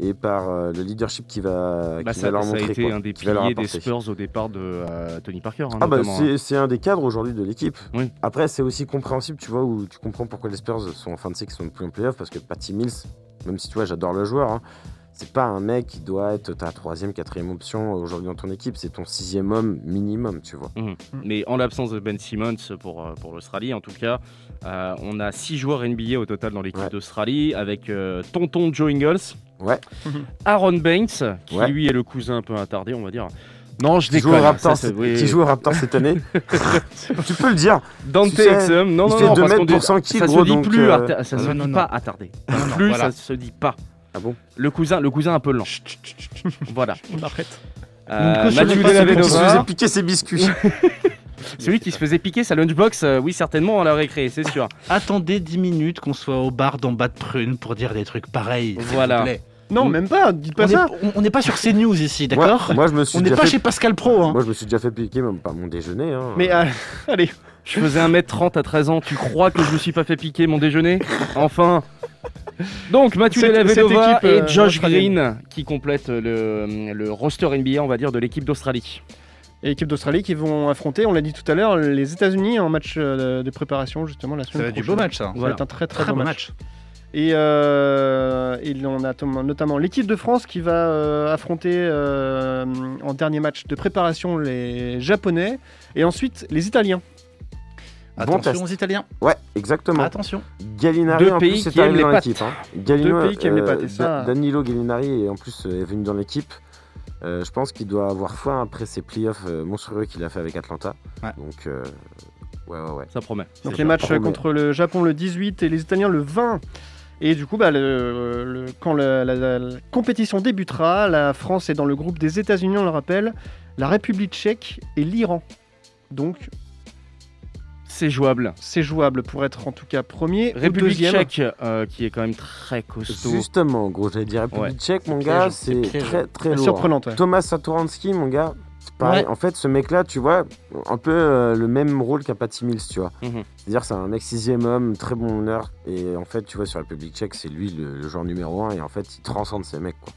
S7: et par euh, le leadership qui va,
S8: Bah,
S7: qui
S8: ça,
S7: va leur
S8: ça
S7: montrer.
S8: a été
S7: quoi,
S8: un des
S7: qui va leur
S8: piliers des
S7: apporter.
S8: Spurs au départ de euh, Tony Parker. hein,
S7: Ah bah
S8: notamment, hein.
S7: c'est- c'est un des cadres aujourd'hui de l'équipe.
S8: Oui.
S7: Après c'est aussi compréhensible, tu vois, où tu comprends pourquoi les Spurs sont en fin de cycle, sont plus en playoff, parce que Patty Mills, même si tu vois j'adore le joueur, hein, C'est pas un mec qui doit être ta troisième, quatrième option aujourd'hui dans ton équipe. C'est ton sixième homme minimum, tu vois.
S8: Mhm. Mais en l'absence de Ben Simmons pour, euh, pour l'Australie, en tout cas, euh, on a 6 joueurs NBA au total dans l'équipe
S7: Ouais.
S8: d'Australie, avec euh, Tonton Joe Ingles,
S7: Ouais.
S8: Aaron Banks, qui
S7: Ouais.
S8: lui est le cousin un peu attardé, on va dire.
S6: Non, je
S7: Qui joue, au
S6: déconne.
S7: Raptors,
S8: ça, c'est-
S7: cette-
S8: oui,
S7: qui
S8: oui.
S7: joue au Raptors cette année Tu peux le dire.
S8: Dante
S7: Tu sais,
S8: Exum, non,
S7: il
S8: non,
S7: fait
S8: non,
S7: deux
S8: parce
S7: mètres
S8: qu'on dit-
S7: pour cent kills,
S8: ça
S7: gros,
S8: se dit
S7: donc,
S8: plus,
S7: euh,
S8: atta- ça se
S6: non,
S8: dit
S6: non, non.
S8: pas attardé.
S6: Non, non,
S8: plus, ça
S6: voilà.
S8: se dit pas.
S7: Ah bon
S8: Le cousin, le cousin un peu lent.
S6: Chut, chut, chut, chut,
S8: <laughs> Voilà.
S6: on arrête.
S8: Euh,
S6: Nico,
S8: Mathieu
S6: celui
S7: Il se faisait
S8: Dellavedova,
S7: piquer ses biscuits.
S8: celui qui se faisait piquer sa lunchbox, euh, oui certainement à la récré, c'est sûr.
S6: Attendez 10 minutes qu'on soit au bar d'en bas de prune pour dire des trucs pareils. s'il vous
S8: Voilà.
S6: plaît.
S5: Non,
S8: Mm.
S5: même pas, dites
S6: On
S5: pas
S6: n'est
S5: ça.
S6: on- on n'est pas sur CNews ici, d'accord
S7: Moi, moi, je me suis
S6: On n'est
S7: déjà
S6: pas
S7: fait-
S6: chez Pascal Pro. Hein.
S7: Moi, je me suis déjà fait piquer même pas mon déjeuner. hein.
S5: Mais euh, allez,
S8: Je faisais 1m30 à 13 ans, tu crois que je me suis pas fait piquer mon déjeuner Enfin Donc Mathieu
S5: Cette-
S8: Delavedova
S5: cette équipe, euh,
S8: et Josh
S5: australienne.
S8: Green qui complètent le, le roster NBA on va dire de l'équipe d'Australie.
S5: et l'équipe d'Australie qui vont affronter, on l'a dit tout à l'heure, les États-Unis en match euh, de préparation justement la
S6: Ça
S5: semaine
S6: va être du
S5: prochaine.
S6: beau match, ça.
S5: Ça
S8: Voilà.
S5: va être un très très,
S6: Très
S5: beau
S6: bon
S5: match.
S6: match.
S5: Et, euh, et on a tom- notamment l'équipe de France qui va euh, affronter euh, en dernier match de préparation les Japonais et ensuite les Italiens.
S7: Bon
S6: Attention
S7: test.
S6: aux Italiens.
S7: Ouais, exactement.
S6: Attention.
S7: Galinari,
S8: Deux
S7: en
S8: pays
S7: plus,
S8: qui
S7: est
S8: aiment
S7: arrivé dans
S8: les
S7: l'équipe. hein. Galino,
S5: Deux pays qui aiment les
S7: euh,
S5: pâtes, et ça-
S7: Da- Danilo Gallinari, est, en plus, euh, est venu dans l'équipe. Euh, je pense qu'il doit avoir foi après ses playoffs euh, monstrueux qu'il a fait avec Atlanta.
S6: Ouais.
S7: Donc, euh, ouais, ouais, ouais.
S8: Ça promet.
S5: Donc les
S7: C'est leur
S5: matchs
S7: premier.
S5: contre le Japon le 18 et les Italiens le 20. Et du coup, bah, le- le- quand la, la- la- la compétition débutera, la France est dans le groupe des États-Unis, on le rappelle, la République tchèque et l'Iran. Donc
S8: C'est jouable.
S5: c'est jouable pour être en tout cas premier ou
S8: République
S5: deuxième.
S8: tchèque euh, qui est quand même très costaud.
S7: Justement, gros, j'allais dire République
S8: Ouais.
S7: tchèque, mon
S6: C'est
S7: gars,
S6: piège,
S7: c'est
S6: c'est piège.
S7: très, très lourd. hein.
S5: Surprenante. ouais.
S7: Thomas Satoransky, mon gars, c'est pareil.
S6: Ouais.
S7: En fait, ce mec-là, tu vois, un peu euh, le même rôle qu'un Patty Mills, tu vois.
S8: Mhm.
S7: C'est-à-dire, c'est un mec sixième homme, très bon honneur. Et en fait, tu vois, sur la République tchèque, c'est lui le, le joueur numéro un. Et en fait, il transcende ces mecs, quoi.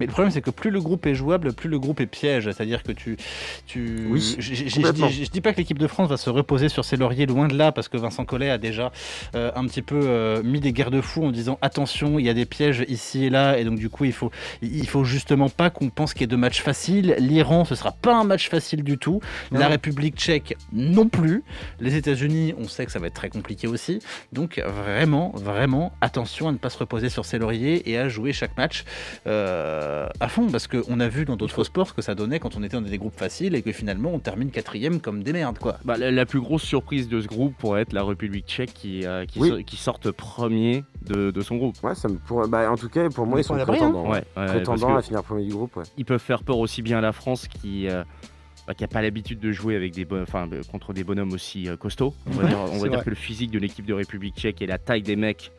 S6: Mais le problème, c'est que plus le groupe est jouable, plus le groupe est piège. C'est-à-dire que tu. tu...
S7: Oui,
S6: je- je- je- je
S7: complètement.
S6: dis- je dis pas que l'équipe de France va se reposer sur ses lauriers, loin de là, parce que Vincent Collet a déjà euh, un petit peu euh, mis des garde-fous en disant attention, il y a des pièges ici et là, et donc du coup, il faut, il faut justement pas qu'on pense qu'il y ait de matchs faciles. L'Iran, ce sera pas un match facile du tout. La
S5: Non.
S6: République tchèque, non plus. Les États-Unis, on sait que ça va être très compliqué aussi. Donc, vraiment, vraiment, attention à ne pas se reposer sur ses lauriers et à jouer chaque match euh, à fond parce qu'on a vu dans d'autres sports ce que ça donnait quand on était dans des groupes faciles et que finalement on termine quatrième comme des merdes quoi.
S8: Bah, la, la plus grosse surprise de ce groupe pourrait être la République tchèque qui, euh, qui,
S7: Oui.
S8: so- qui sorte premier de, de son groupe.
S7: Ouais, ça me pour- bah, en tout cas, pour moi,
S6: Mais
S7: ils sont
S6: pour la vraie,
S7: prétendants.
S8: Ouais, ouais, parce
S7: prétendants
S8: que
S7: à finir premier du groupe, ouais.
S8: ils peuvent faire peur aussi bien à la France qui n'a pas l'habitude de jouer avec des bon- enfin, de- contre des bonhommes aussi euh, costauds. On va
S5: Ouais,
S8: dire, on va
S5: c'est
S8: dire
S5: vrai.
S8: que le physique de l'équipe de République tchèque et la taille des mecs,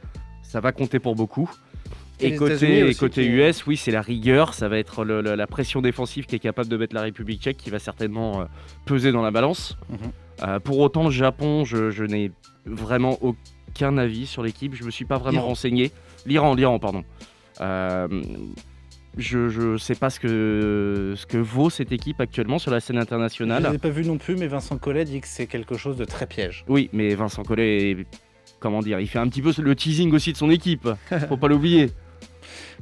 S8: ça va compter pour beaucoup.
S5: Et
S8: Et,
S5: les États-Unis
S8: côté, et
S5: aussi
S8: côté
S5: qui-
S8: US, oui, c'est la rigueur, ça va être le- le- la pression défensive qui est capable de mettre la République tchèque qui va certainement euh, peser dans la balance.
S6: Mhm.
S8: Euh, pour autant, le Japon, je, je n'ai vraiment aucun avis sur l'équipe, je me suis pas vraiment
S6: L'Iran.
S8: renseigné. L'Iran, l'Iran, pardon. Euh, je je sais pas ce que, ce que vaut cette équipe actuellement sur la scène
S6: Je
S8: internationale.
S6: l'ai pas vu non plus mais Vincent Collet dit que c'est quelque chose de très piège.
S8: Oui, mais Vincent Collet, est- comment dire, il fait un petit peu le teasing aussi de son
S6: <laughs>
S8: équipe. Faut pas l'oublier.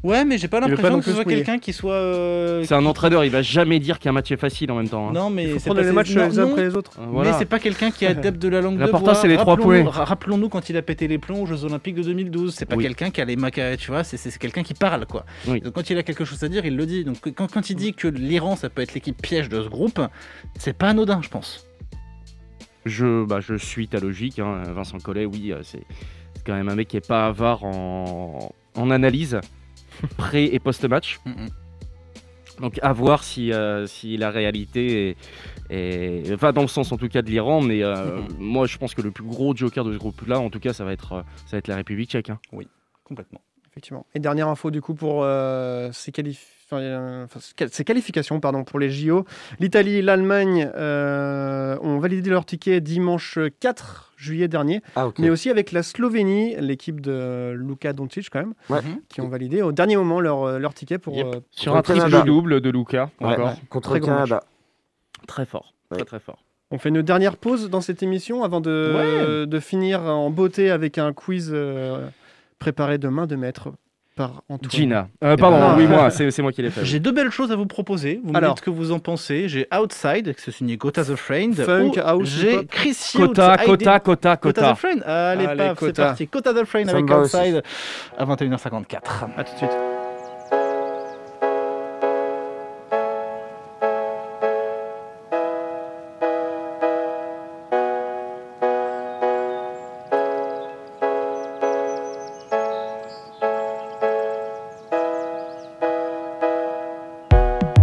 S6: Ouais mais j'ai pas
S5: veut pas
S6: l'impression
S5: non
S6: que ce
S5: plus
S6: soit
S5: se mouiller.
S6: quelqu'un qui soit... euh,
S8: C'est un entraîneur, il va jamais dire qu'un match est facile en même temps. hein.
S6: Non mais
S5: Faut
S6: c'est
S5: prendre les
S6: c'est-
S5: matchs
S6: non,
S5: les uns
S6: non,
S5: après les autres.
S8: Euh, voilà.
S6: Mais c'est pas quelqu'un qui est adepte de la langue de
S8: L'important,
S6: bois.
S8: c'est les trois
S6: Rappelons-nous-
S8: points.
S6: ra- Rappelons-nous quand il a pété les plombs aux Jeux Olympiques de 2012. C'est pas
S8: Oui.
S6: quelqu'un qui a les macarets, tu vois. C'est c'est quelqu'un qui parle, quoi.
S8: Oui.
S6: Donc quand il a quelque chose à dire, il le dit. Donc quand, quand il dit que l'Iran, ça peut être l'équipe piège de ce groupe, c'est pas anodin, je pense.
S8: Je, bah, je suis ta logique. hein. Vincent Collet, oui, euh, c'est c'est quand même un mec qui est pas avare en, en analyse pré et post-match.
S6: Mm, mm.
S8: Donc à voir si, euh, si la réalité est- est- va dans le sens en tout cas de l'Iran, mais euh,
S6: Mhm.
S8: moi je pense que le plus gros joker de ce groupe-là, en tout cas, ça va être, euh, ça va être la République tchèque. hein.
S6: Complètement.
S5: Effectivement. Et dernière info du coup pour euh, ces, qualif- enfin, euh, enfin, ces qual- ces qualifications pardon, pour les JO. L'Italie et l'Allemagne euh, ont validé leur ticket dimanche 4 juillet dernier,
S7: Ah, ok.
S5: mais aussi avec la Slovénie, l'équipe de Luka Doncic quand même,
S7: Ouais.
S6: Mhm.
S5: qui ont validé au dernier moment leur, euh, leur ticket pour...
S8: Yep.
S5: euh,
S8: Sur
S7: Contre
S8: un
S7: le
S8: triple
S7: Canada.
S8: double de Luca,
S7: Ouais,
S8: encore.
S7: ouais. Contre
S5: Très
S7: le
S5: grand match.
S7: Canada.
S8: Très fort,
S7: Ouais.
S8: très très fort.
S5: On fait une dernière pause dans cette émission avant de, de finir en beauté avec un quiz euh, préparé de main de maître par Antoine.
S8: Gina. Euh, pardon,
S5: ben,
S8: oui, moi, c'est c'est moi qui l'ai fait.
S6: J'ai deux belles choses à vous proposer. Vous me
S5: Alors.
S6: dites ce que vous en pensez. J'ai Outside, c'est signé Kota the Friend.
S5: Funk,
S6: ou
S5: house,
S6: J'ai
S5: hip-hop.
S6: Chris Hughes,
S8: Cota,
S6: Heidi-
S8: Cota, Cota,
S6: Kota
S8: Cota.
S6: the Friend. Allez,
S5: Allez,
S6: paf, c'est
S5: Kota.
S6: parti. Kota the Friend
S7: Ça
S6: avec
S7: me va aussi.
S6: Outside à 21h54.
S5: À tout de suite.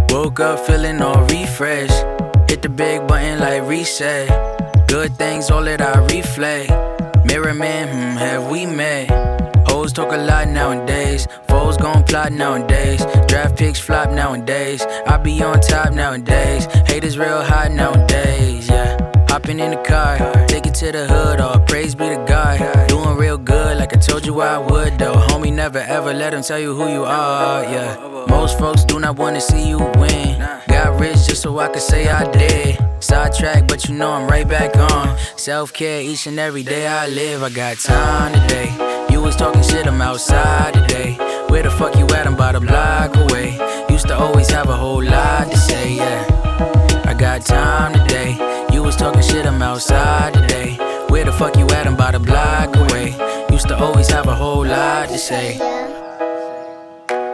S9: Woke up feeling all refreshed. Hit the big button like reset. Good things, all that I reflect. Mirror man, hmm, have we met? Hoes talk a lot nowadays. Foes gon' plot nowadays. Draft picks flop nowadays. I be on top nowadays. Haters real hot nowadays, yeah. Hopping in the car, take it to the hood, all praise be to God. Doing real good, like I told you I would, though. Homie, never ever let them tell you who you are, yeah. Most folks do not wanna see you win. Got rich just so I could say I did. Sidetrack, but you know I'm right back on. Self care each and every day I live. I got time today. You was talking shit, I'm outside today. Where the fuck you at? I'm about a block away. Used to always have a whole lot to say, yeah. I got time today. You was talking shit, I'm outside today. Where the fuck you at? I'm about a block away. Used to always have a whole lot to say.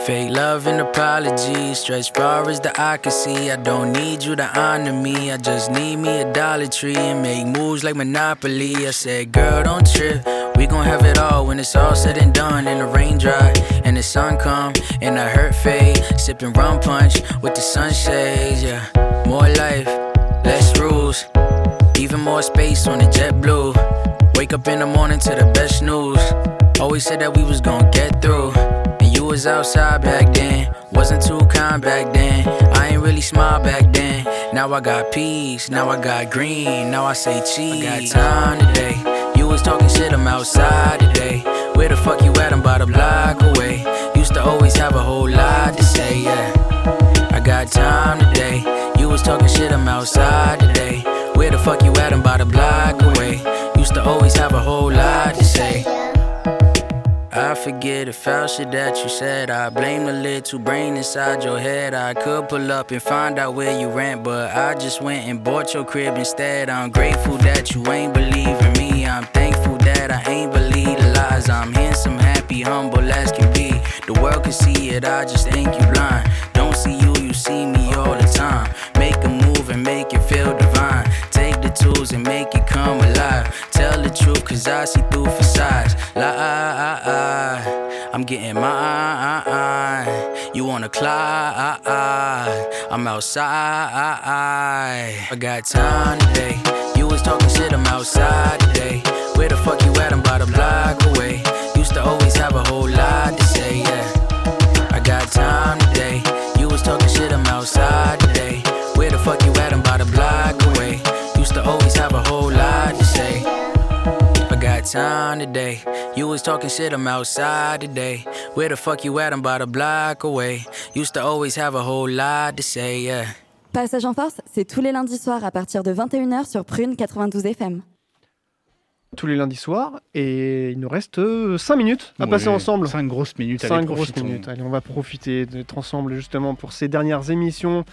S9: Fake love and apologies, stretch far as the eye can see. I don't need you to honor me, I just need me a Dollar Tree and make moves like Monopoly. I said, girl, don't trip. We gon' have it all when it's all said and done, and the rain dry and the sun come and I hurt fade, sipping rum punch with the sunshades. Yeah, more life, less rules, even more space on the jet blue. Wake up in the morning to the best news. Always said that we was gon' get through. And you was outside back then. Wasn't too kind back then. I ain't really smile back then. Now I got peas, now I got green, now I say cheese. I got time today. You was talking shit, I'm outside today. Where the fuck you at? I'm about a block away. Used to always have a whole lot to say, yeah. I got time today. You was talking shit, I'm outside today. Where the fuck you at? I'm about a block away. Used to always have a whole lot to say. I forget the foul shit that you said. I blame the little brain inside your head. I could pull up and find out where you rent, but I just went and bought your crib instead. I'm grateful that you ain't believe in me. I'm thankful that I ain't believe the lies. I'm handsome, happy, humble as can be. The world can see it, I just think you blind. Don't see you, you see me all the time. Make a move and make it feel divine. Take the tools and make it come alive. Tell the truth, cause I see through facades. La, I, I, I'm getting mine. You wanna climb? I'm outside. I got time today. You was talking shit, I'm outside today. Where the fuck you at? I'm about a block away. Used to always have a whole lot to say, yeah. I got time today. You was talking shit, I'm outside today. Where the fuck you at? I'm about a block away. Used to always have a whole lot to say. I got time today. You was talking shit, I'm outside today. Where the fuck you at? I'm about a block away. Used to always have a whole lot to say, yeah.
S4: Passage en force, c'est tous les lundis soirs à partir de 21h sur Prune 92 FM.
S5: Tous les lundis soirs, et il nous reste 5 minutes à passer Ah, ensemble.
S6: 5 grosses minutes. allez,
S5: 5 grosses
S6: profitons.
S5: minutes. Allez, on va profiter d'être ensemble justement pour ces dernières émissions,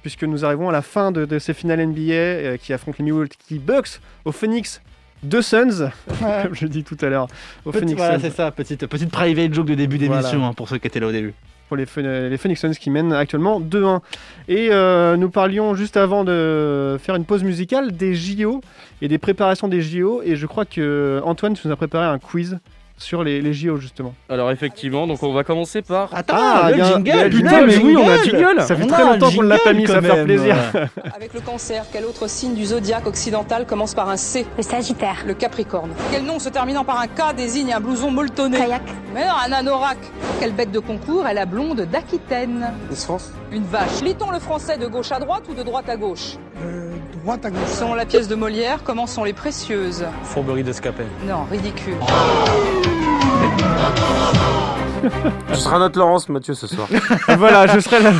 S5: puisque nous arrivons à la fin de, de ces finales NBA euh, qui affrontent les Milwaukee Bucks au Phoenix deux Suns, <laughs> comme je dis tout à l'heure, au
S6: Petit-
S5: Phoenix
S6: Voilà,
S5: Suns.
S6: c'est ça, petite, petite private joke de début d'émission
S5: Voilà.
S6: hein, pour ceux qui étaient là au début.
S5: pour les, Phoen- euh, les Phoenix Suns qui mènent actuellement 2-1. Et euh, nous parlions juste avant de faire une pause musicale des JO et des préparations des JO. Et je crois que Antoine tu nous a préparé un quiz sur les, les JO justement.
S8: Alors, effectivement, donc on va commencer par.
S6: Attends,
S5: Ah,
S6: le
S5: y a un-
S6: jingle
S5: y a-
S6: putain,
S5: putain,
S6: le
S5: mais oui, on a un
S8: jingle
S5: Ça fait
S6: On
S5: très
S6: a un
S5: longtemps qu'on l'a pas mis,
S6: jingle
S5: ça va
S6: quand
S5: faire
S6: même.
S5: plaisir.
S11: Avec le cancer, quel autre signe du zodiaque occidental commence par un C
S12: Le Sagittaire.
S11: Le Capricorne. Quel nom se terminant par un K désigne un blouson molletonné
S12: Kayak.
S11: Mais non, un anorak Quelle bête de concours est la blonde d'Aquitaine Une vache. Lit-on le français de gauche à droite ou de droite à gauche
S13: droite à gauche.
S11: Selon la pièce de Molière, comment sont les précieuses
S14: Fourberie d'escapé.
S11: Non, ridicule.
S7: Ce sera notre Laurence Mathieu ce soir.
S5: voilà, je serai là.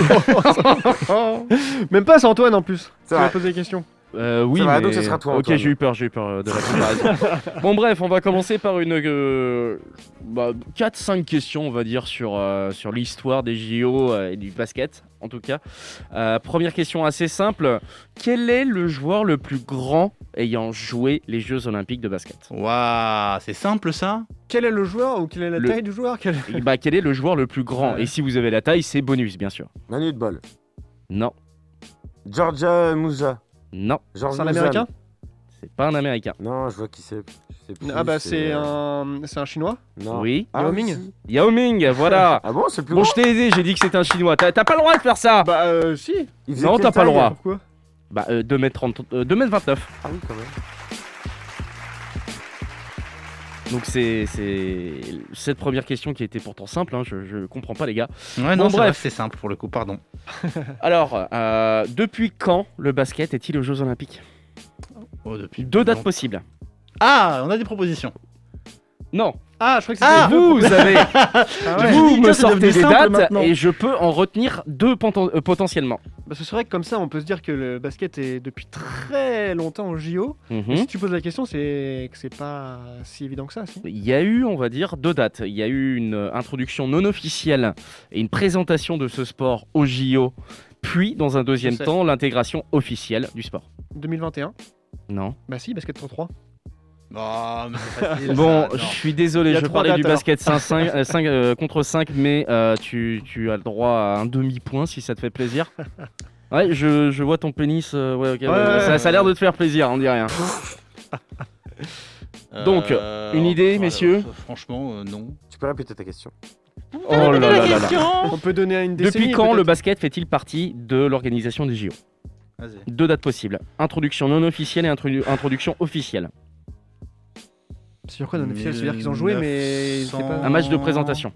S5: Même pas, c'est Antoine en plus. Tu
S7: vrai.
S5: m'as posé la question.
S8: Euh, oui,
S7: Ça va,
S8: mais-
S7: donc ce sera toi,
S8: Ok,
S7: Antoine.
S8: j'ai eu peur, j'ai eu peur euh, de la
S7: <laughs>
S8: comparaison. bon, bref, on va commencer par une euh, bah, 4-5 questions, on va dire, sur, euh, sur l'histoire des JO euh, et du basket, en tout cas. Euh, première question assez simple. Quel est le joueur le plus grand ayant joué les Jeux Olympiques de
S7: <laughs>
S8: basket
S6: <laughs> Waouh, c'est simple ça
S5: Quel est le joueur ou quelle est la
S8: Le-
S5: taille du joueur Quel-
S8: Et bah, Quel est le joueur le plus grand Et si vous avez la taille, c'est bonus, bien sûr.
S7: Manu de bol.
S8: Non,
S7: Georgia Mouja.
S8: non,
S7: George
S5: C'est un
S7: Musa.
S5: américain
S8: c'est pas un Américain.
S7: Non, je vois qui c'est. Je sais plus,
S5: Ah bah c'est
S7: euh,
S5: un... c'est un chinois
S7: Non.
S8: Oui.
S7: Ah,
S5: Yao Ming.
S7: si.
S8: Yao Ming, voilà.
S7: <laughs> Ah bon, c'est le plus
S8: Bon,
S7: grand.
S8: je t'ai aidé, j'ai dit que c'était un chinois. T'as t'as pas le droit de faire ça
S5: Bah euh, si
S7: Il faisait
S8: Non,
S7: quelle
S8: t'as pas le
S7: taille
S8: droit.
S5: Pourquoi
S8: Bah, euh, 2m30, euh, 2m29.
S7: Ah oui, quand même.
S8: Donc, c'est c'est cette première question qui était pourtant simple, hein, je, je comprends pas, les
S6: <laughs>
S8: gars.
S6: Ouais,
S8: Bon,
S6: non, c'est vrai
S8: bref.
S6: que c'est simple pour le coup, pardon.
S8: Alors, euh, depuis quand le basket est-il aux Jeux Olympiques
S6: Oh, depuis
S8: Deux dates
S6: longtemps.
S8: possibles.
S6: Ah, on a des propositions.
S8: Non,
S5: Ah je crois que c'était...
S6: Ah,
S8: vous
S6: <laughs>
S8: avez,
S5: Ah ouais.
S8: vous
S6: Tiens,
S8: me
S6: c'est devenu
S8: sortez des
S6: simple
S8: dates
S6: maintenant.
S8: et je peux en retenir deux poten- euh, potentiellement.
S5: Bah, ce serait que comme ça on peut se dire que le basket est depuis très longtemps au JO.
S8: Mhm.
S5: Et Si tu poses la question c'est que c'est pas si évident que ça. Si.
S8: Il y a eu, on va dire, deux dates. Il y a eu une euh, introduction non officielle et une présentation de ce sport au JO, puis, dans un deuxième
S5: Je sais.
S8: temps, l'intégration officielle du sport.
S5: 2021
S8: Non.
S5: Bah si, basket 33.
S6: Non, mais c'est facile,
S8: Bon,
S6: ça,
S8: je
S6: non.
S8: suis
S5: Il
S8: désolé,
S5: y a
S8: je
S5: trois
S8: parlais du
S5: dates, alors.
S8: basket 5, contre 5, mais euh, tu, tu as le droit à un demi-point si ça te fait plaisir.
S5: <laughs>
S8: Ouais, je, je vois ton pénis. euh, ouais, ok, ouais,
S5: ouais,
S8: ça, ça a l'air de te faire plaisir, on dit rien. Donc, oh
S6: Euh,
S8: une idée,
S6: ouais,
S8: messieurs
S6: euh, Franchement, euh, non.
S7: Tu peux répéter ta question.
S8: Oh là là là là.
S5: On peut donner une décennie.
S8: Depuis quand le
S5: peut-être.
S8: basket fait-il partie de l'organisation des JO
S6: Vas-y.
S8: Deux dates possibles introduction non officielle et introdu- introduction officielle.
S5: Sur quoi non officiel C'est-à-dire qu'ils ont joué mais... c'est pas-
S8: Un match de présentation.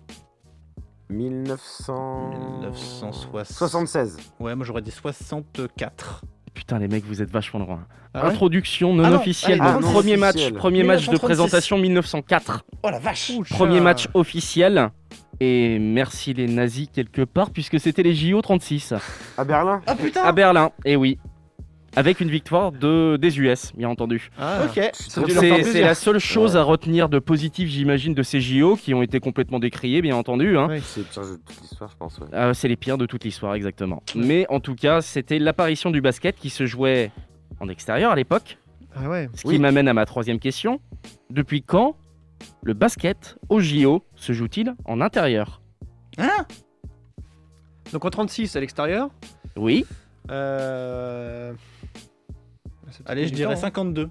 S7: 1900...
S6: 1960.
S7: 76.
S6: Ouais, moi j'aurais dit 64.
S8: Putain, les mecs, vous êtes vachement loin.
S5: Ah ouais
S8: introduction non
S6: Ah non,
S8: officielle.
S6: ah,
S8: donc
S7: non
S8: premier
S7: officielle.
S8: match, premier match de
S6: 1936.
S8: présentation 1904.
S6: Oh la vache
S5: Ouh, chat.
S8: Premier match officiel. Et merci les nazis quelque part, puisque c'était les JO 36
S7: À Berlin
S6: Ah putain
S8: à Berlin. Et oui. Avec une victoire de, des US, bien entendu.
S5: Ah.
S6: Ok.
S7: C'est
S8: Donc C'est c'est la seule chose à retenir de positif, j'imagine, de ces JO qui ont été complètement décriés, bien entendu. hein.
S5: Ouais.
S7: le pire jeu de toute l'histoire, je pense. Ouais.
S8: Euh, c'est les pires de toute l'histoire, exactement. Mais en tout cas, c'était l'apparition du basket qui se jouait en extérieur à l'époque.
S5: Ah ouais.
S8: Ce qui
S7: Oui.
S8: m'amène à ma troisième question. Depuis quand le basket au JO se joue-t-il en intérieur
S5: Donc en 36 à l'extérieur.
S8: Oui,
S5: Euh... c'est peut-être
S6: Allez, je
S5: du
S6: dirais
S5: temps,
S6: 52.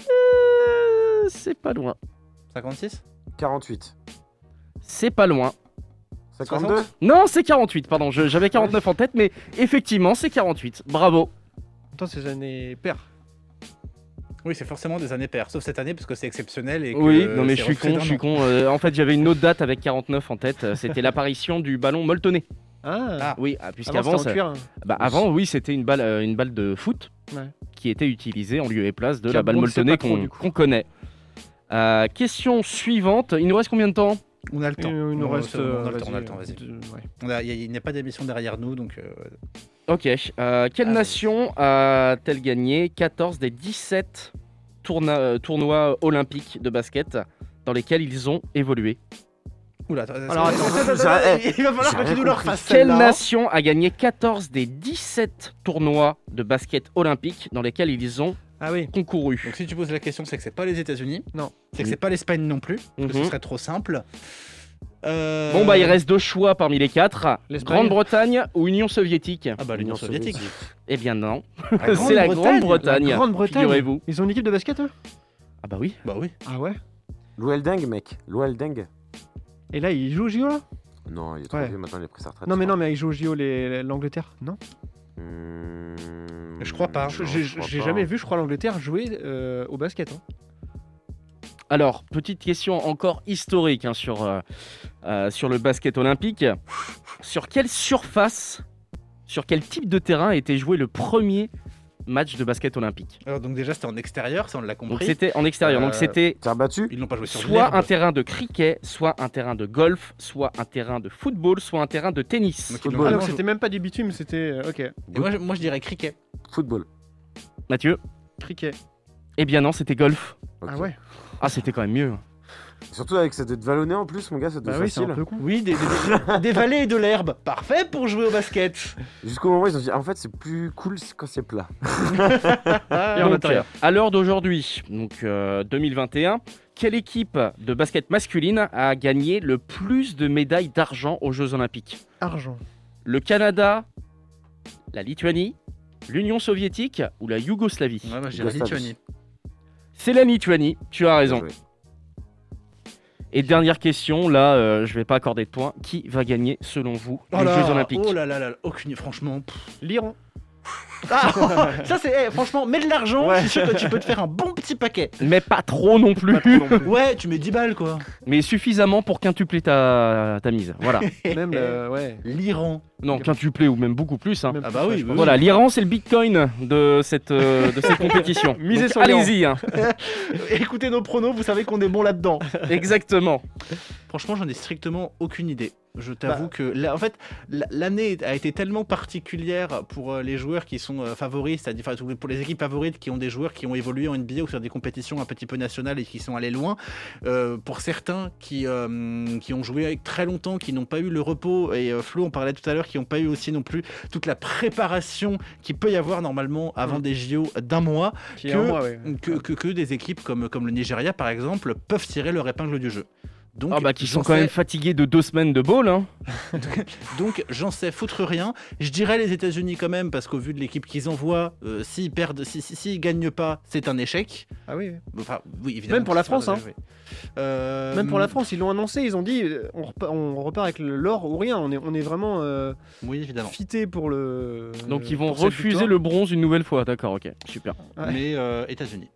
S8: euh, c'est pas loin.
S6: 56
S7: 48.
S8: C'est pas loin.
S7: 52
S8: Non, c'est 48, pardon, je- j'avais 49 en tête, mais effectivement, c'est 48. Bravo.
S5: hein. Attends, ces années pères.
S6: Oui, c'est forcément des années paires, sauf cette année parce que c'est exceptionnel et que,
S8: Oui,
S6: euh,
S8: non mais
S6: c'est
S8: je suis
S6: repris
S8: con,
S6: d'un
S8: je suis
S6: an.
S8: con. Euh, en fait, j'avais une autre date avec 49 en tête, euh, c'était l'apparition du ballon molletonné.
S5: Ah,
S6: Ah,
S8: Oui, ah,
S5: avant
S8: puisqu'avant,
S5: c'était en
S8: ça-
S5: cuir. hein.
S8: bah, avant, oui, c'était une balle, euh, une balle de foot
S5: Ouais.
S8: qui était utilisée en lieu et place de
S5: Qui
S8: la
S5: a-
S8: balle
S5: on le sait pas
S8: molletonnée
S5: trop,
S8: qu'on
S5: du coup.
S8: qu'on connaît. Euh, question suivante, il nous reste combien de temps
S6: On a le
S5: Il
S6: temps.
S5: il nous
S6: On-
S5: reste.
S6: on a le
S5: euh,
S6: temps, on a le temps,
S5: vas-y.
S6: vas-y.
S5: Ouais.
S6: On a- Il y a- il n'y a pas d'émission derrière nous, donc euh,
S8: Ok, euh, quelle
S6: Ah,
S8: nation a-t-elle gagné 14 des 17 tourna- euh, tournois olympiques de basket dans lesquels ils ont évolué
S6: Oula,
S5: Alors, attends, <laughs>
S6: il va falloir
S7: j'ai
S6: que
S7: rien
S6: tu nous le
S7: compris.
S6: refasses.
S8: Quelle
S6: celle-là.
S8: nation a gagné 14 des 17 tournois de basket olympique dans lesquels ils ont
S5: Ah oui.
S8: concouru
S6: Donc si tu poses la question, c'est que c'est pas les États-Unis.
S5: Non.
S6: C'est que c'est pas l'Espagne non plus. Parce que
S8: Mhm.
S6: ce serait trop simple. Euh,
S8: Bon bah il reste deux choix parmi les quatre,
S5: L'Espagne.
S8: Grande-Bretagne ou Union soviétique
S6: Ah bah l'Union soviétique.
S8: Eh bien non,
S6: La
S8: c'est la
S6: Grande-Bretagne.
S8: Grande-Bretagne,
S5: Grande-Bretagne.
S8: figurez-vous.
S5: Ils ont une équipe de basket, eux
S8: Ah bah oui,
S6: Bah oui.
S5: Ah ouais.
S7: L'Oueldeng, mec. L'Oueldeng
S5: Et là, ils jouent au JO là
S7: Non, il est trop
S5: Ouais.
S7: vieux maintenant, il a pris sa retraite.
S5: Non, mais non, mais ils jouent au JO les- l'Angleterre, non
S7: Mmh,
S6: Je crois pas.
S7: non,
S5: J'ai
S7: je crois
S5: j'ai
S7: pas.
S5: jamais vu, je crois, l'Angleterre jouer euh, au basket. hein.
S8: Alors, petite question encore historique hein, sur, euh, euh, sur le basket olympique. Sur quelle surface, sur quel type de terrain a été joué le premier matchs de basket olympique.
S1: Alors, donc déjà, c'était en extérieur, ça on l'a compris.
S8: Donc c'était en extérieur. Donc
S1: Euh,
S8: c'était
S1: Ils n'ont pas joué sur
S8: soit
S1: l'herbe.
S8: un terrain de cricket, soit un terrain de golf, soit un terrain de football, soit un terrain de tennis.
S1: Donc, ils n'ont vraiment
S5: Ah, donc
S1: joué-
S5: c'était même pas du bitume, c'était. euh, Ok.
S1: Et moi, je- moi, je dirais cricket.
S7: Football.
S8: Mathieu
S5: Cricket.
S8: Eh bien non, c'était golf.
S7: Ok.
S5: Ah ouais
S8: Ah, c'était quand même mieux.
S7: Surtout avec cette tête vallonnée en plus, mon gars, ça devait
S5: Bah oui, c'est
S7: facile.
S5: un peu con.
S1: Oui, des,
S5: <laughs>
S1: des- des vallées et de l'herbe. Parfait pour jouer au basket.
S7: Jusqu'au moment où ils ont dit, en fait, c'est plus cool quand c'est plat.
S5: Ah,
S8: Et en
S1: Donc,
S8: intérieur. euh, À l'heure d'aujourd'hui, donc euh, 2021, quelle équipe de basket masculine a gagné le plus de médailles d'argent aux Jeux Olympiques
S5: euh, Argent.
S8: Le Canada, la Lituanie, l'Union soviétique ou la Yougoslavie
S1: Ouais, moi, je dirais
S7: Yougoslavie.
S1: Lituanie.
S8: C'est la Lituanie, tu as raison.
S7: Bien joué.
S8: Et dernière question, là, euh, je vais pas accorder de points. Qui va gagner, selon vous,
S1: Oh
S8: les
S1: là,
S8: Jeux Olympiques
S1: Oh là là là, là, aucune. Franchement. pff.
S5: <laughs> L'Iran.
S1: Ah, <laughs> ça c'est. eh, franchement, mets de l'argent.
S7: Ouais.
S1: je suis sûr que tu peux te faire un bon petit <laughs> paquet.
S8: Mais pas trop non plus.
S1: Ouais, tu mets 10 balles quoi.
S8: <laughs> Mais suffisamment pour quintupler ta, ta mise. Voilà.
S5: Même le. Ouais.
S1: L'Iran.
S8: non, quintupler ou même beaucoup plus. hein.
S5: Même
S1: Ah
S5: plus,
S1: bah
S5: ouais,
S1: oui,
S5: je
S1: oui,
S5: pense.
S8: Voilà, l'Iran, c'est le bitcoin de cette, euh, de cette
S1: <laughs>
S8: compétition.
S5: Misez
S8: Donc,
S5: sur l'Iran.
S8: Allez-y, hein.
S1: Écoutez nos pronos, vous savez qu'on est bon là-dedans.
S8: exactement.
S1: Franchement, j'en ai strictement aucune idée. Je t'avoue
S8: Bah.
S1: que là, en fait, la- l'année a été tellement particulière pour euh, les joueurs qui sont euh, favoris, c'est-à-dire enfin, pour les équipes favorites qui ont des joueurs qui ont évolué en NBA ou sur des compétitions un petit peu nationales et qui sont allés loin. Euh, pour certains qui, euh, qui ont joué avec très longtemps, qui n'ont pas eu le repos, et euh, Flo en parlait tout à l'heure, qui n'ont pas eu aussi non plus toute la préparation qu'il peut y avoir normalement
S8: Mm.
S1: avant des JO d'un mois,
S5: <laughs> Qui est en
S1: que-
S5: moi, ouais.
S1: que, que, que des équipes comme, comme le Nigeria par exemple peuvent tirer leur épingle du jeu. <laughs> Donc,
S8: Ah bah, qui sont
S1: j'en
S8: quand
S1: sais-
S8: même fatigués de deux semaines de ball. Hein.
S1: donc j'en sais foutre rien. Je dirais les États-Unis quand même parce qu'au vu de l'équipe qu'ils envoient, euh, s'ils perdent, si si- s'ils gagnent pas, c'est un échec.
S5: Ah oui.
S1: Enfin oui évidemment.
S5: Même pour la
S1: c'est pas-
S5: France, hein.
S1: oui. Euh,
S5: Même pour la France, ils l'ont annoncé, ils ont dit euh, on repart, on repart avec le- l'or ou rien. On est, on est vraiment euh,
S1: Oui évidemment.
S5: fité pour le.
S1: Euh,
S8: Donc, ils vont
S5: pour cette
S8: refuser
S5: victoire.
S8: le bronze une nouvelle fois. D'accord, ok, super.
S5: Ouais.
S1: Mais euh, États-Unis.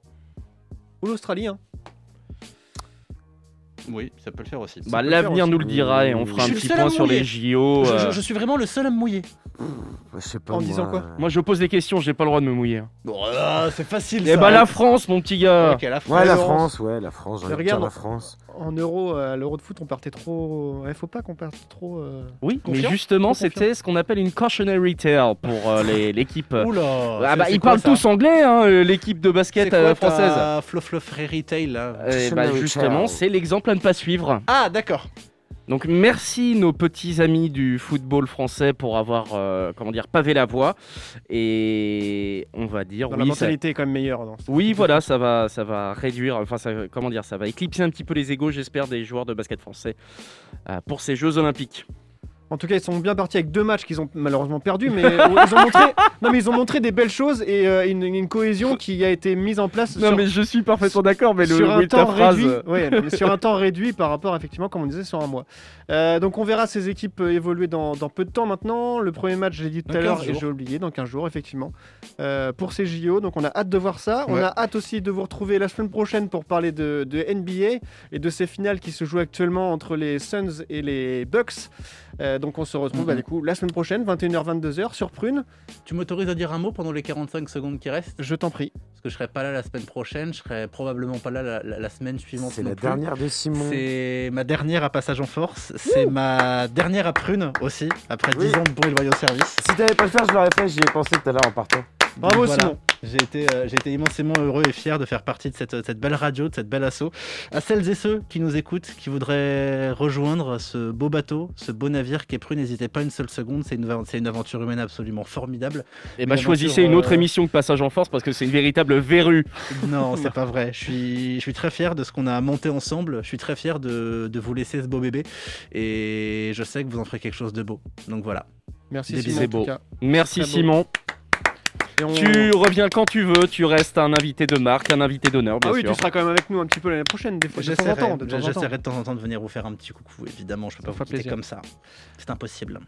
S5: Ou l'Australie, hein.
S1: Oui ça peut le faire aussi.
S8: Bah,
S5: peut le faire
S8: l'avenir
S5: aussi.
S8: nous le dira et on fera
S1: Je
S8: un
S1: suis le
S8: petit
S1: seul à
S8: point sur les
S1: mouiller.
S8: JO.
S1: Je,
S8: euh.
S1: je- je suis vraiment le seul à me mouiller.
S7: Ouais, Je sais pas.
S5: En
S7: moi,
S5: disant quoi
S7: euh,
S8: Moi, je pose des questions, j'ai pas le droit de me mouiller. hein.
S1: Bon, ah, c'est facile.
S8: Eh
S1: ça.
S8: bah, la France, mon petit gars.
S1: Ok, la France.
S7: Ouais, la
S5: Florence.
S7: France, ouais, la France. J'ai
S5: Mais
S7: envie de dire
S5: regarde, hein.
S7: la France.
S5: En euro, à l'euro de foot, on partait trop. Ouais, faut pas qu'on parte trop. euh,
S8: Oui, mais
S1: Confiant
S8: justement,
S1: Confiant.
S8: c'était ce qu'on appelle une cautionary tale pour euh,
S1: <laughs>
S8: les- l'équipe.
S1: Oula.
S8: Ah
S1: c'est-
S8: bah,
S1: c'est
S8: ils
S1: quoi,
S8: parlent
S1: ça
S8: tous anglais, hein, euh, l'équipe de
S1: C'est
S8: basket
S1: quoi,
S8: euh,
S1: ta
S8: française.
S1: Fluff fluff fairy tale là.
S8: Eh bah,
S7: Cautionary
S8: justement,
S7: tale.
S8: c'est l'exemple à ne pas suivre.
S1: Ah d'accord.
S8: Donc merci nos petits amis du football français pour avoir euh, comment dire pavé la voie et on va dire
S5: Dans la
S8: oui ça-
S5: mentalité est quand même meilleure. non
S8: oui voilà ça va ça va réduire enfin ça- comment dire ça va éclipser un petit peu les égaux j'espère des joueurs de basket français euh, pour ces Jeux Olympiques.
S5: En tout cas, ils sont bien partis avec deux matchs qu'ils ont malheureusement perdus, mais euh, ils ont montré. Non, mais ils ont montré des belles choses et euh, une, une cohésion qui a été mise en place sur,
S8: je suis parfaitement d'accord mais
S5: sur un temps réduit. Ouais, non, mais sur un temps réduit par rapport effectivement, comme on disait, sur un mois. Euh, donc on verra ces équipes euh, évoluer dans, dans peu de temps maintenant. Le premier match, je l'ai dit tout
S1: Dans
S5: à l'heure
S1: 15
S5: et
S1: jours.
S5: j'ai oublié, dans 15 jours effectivement, euh, pour ces JO. Donc on a hâte de voir ça. On
S1: Ouais.
S5: a hâte aussi de vous retrouver la semaine prochaine pour parler de, de NBA et de ces finales qui se jouent actuellement entre les Suns et les Bucks. Euh, donc on se retrouve
S1: Mhm.
S5: bah, du coup la semaine prochaine, 21h-22h sur Prune.
S1: Tu m'autorises à dire un mot pendant les 45 secondes qui restent
S5: Je t'en prie.
S1: Parce que je serai pas là la semaine prochaine, je serai probablement pas là la, la- la semaine suivante.
S7: C'est
S1: non
S7: la
S1: plus.
S7: dernière de Simon.
S1: C'est ma dernière à Passage en Force, c'est ma dernière à Prune aussi, après
S7: Oui.
S1: 10 ans de bruit loyal service.
S7: Si t'avais pas le faire, je l'aurais fait, j'y ai pensé tout à l'heure en partant.
S5: Bravo,
S1: Donc voilà,
S5: Simon.
S1: J'ai été, euh, j'ai été immensément heureux et fier de faire partie de cette, cette belle radio, de cette belle asso. À celles et ceux qui nous écoutent, qui voudraient rejoindre ce beau bateau, ce beau navire qu'est Prune, n'hésitez pas une seule seconde, c'est une, c'est une aventure humaine absolument formidable.
S8: Et
S1: Bien
S8: bah
S1: sûr,
S8: choisissez une
S1: euh,
S8: autre émission que Passage en force parce que c'est une véritable verrue.
S5: <laughs>
S1: Non, c'est pas vrai. Je suis, je suis très fier de ce qu'on a monté ensemble. Je suis très fier de, de vous laisser ce beau bébé. Et je sais que vous en ferez quelque chose de beau. Donc voilà.
S5: Merci
S1: Des
S5: Simon.
S8: bisous.
S5: en tout cas.
S8: Merci
S5: Très beau.
S8: Simon.
S5: Et on-
S8: Tu reviens quand tu veux, tu restes un invité de marque, un invité d'honneur bien
S5: Ah oui,
S8: sûr.
S5: tu seras quand même avec nous un petit peu l'année prochaine, des fois de temps en temps. de temps en temps.
S1: J'essaierai de temps en temps de venir vous faire un petit coucou. Évidemment, je peux
S5: Ça
S1: pas
S5: me
S1: vous
S5: fera
S1: quitter
S5: plaisir.
S1: comme ça. C'est impossible.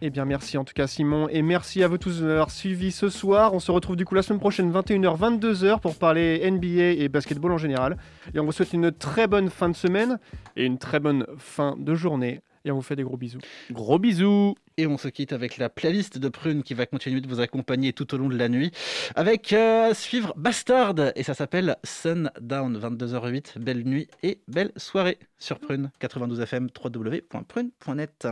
S5: Eh bien, merci en tout cas, Simon. Et merci à vous tous d'avoir suivi ce soir. On se retrouve du coup la semaine prochaine, 21h, 22h, pour parler NBA et basketball en général. Et on vous souhaite une très bonne fin de semaine et une très bonne fin de journée. Et Et on vous fait des gros bisous.
S6: Gros bisous Et on se quitte avec la playlist de Prune qui va continuer de vous accompagner tout au long de la nuit. Avec euh, à suivre Bastard Et ça s'appelle Sundown, 22h08. Belle nuit et belle soirée sur Prune 92 FM, www.prune.net.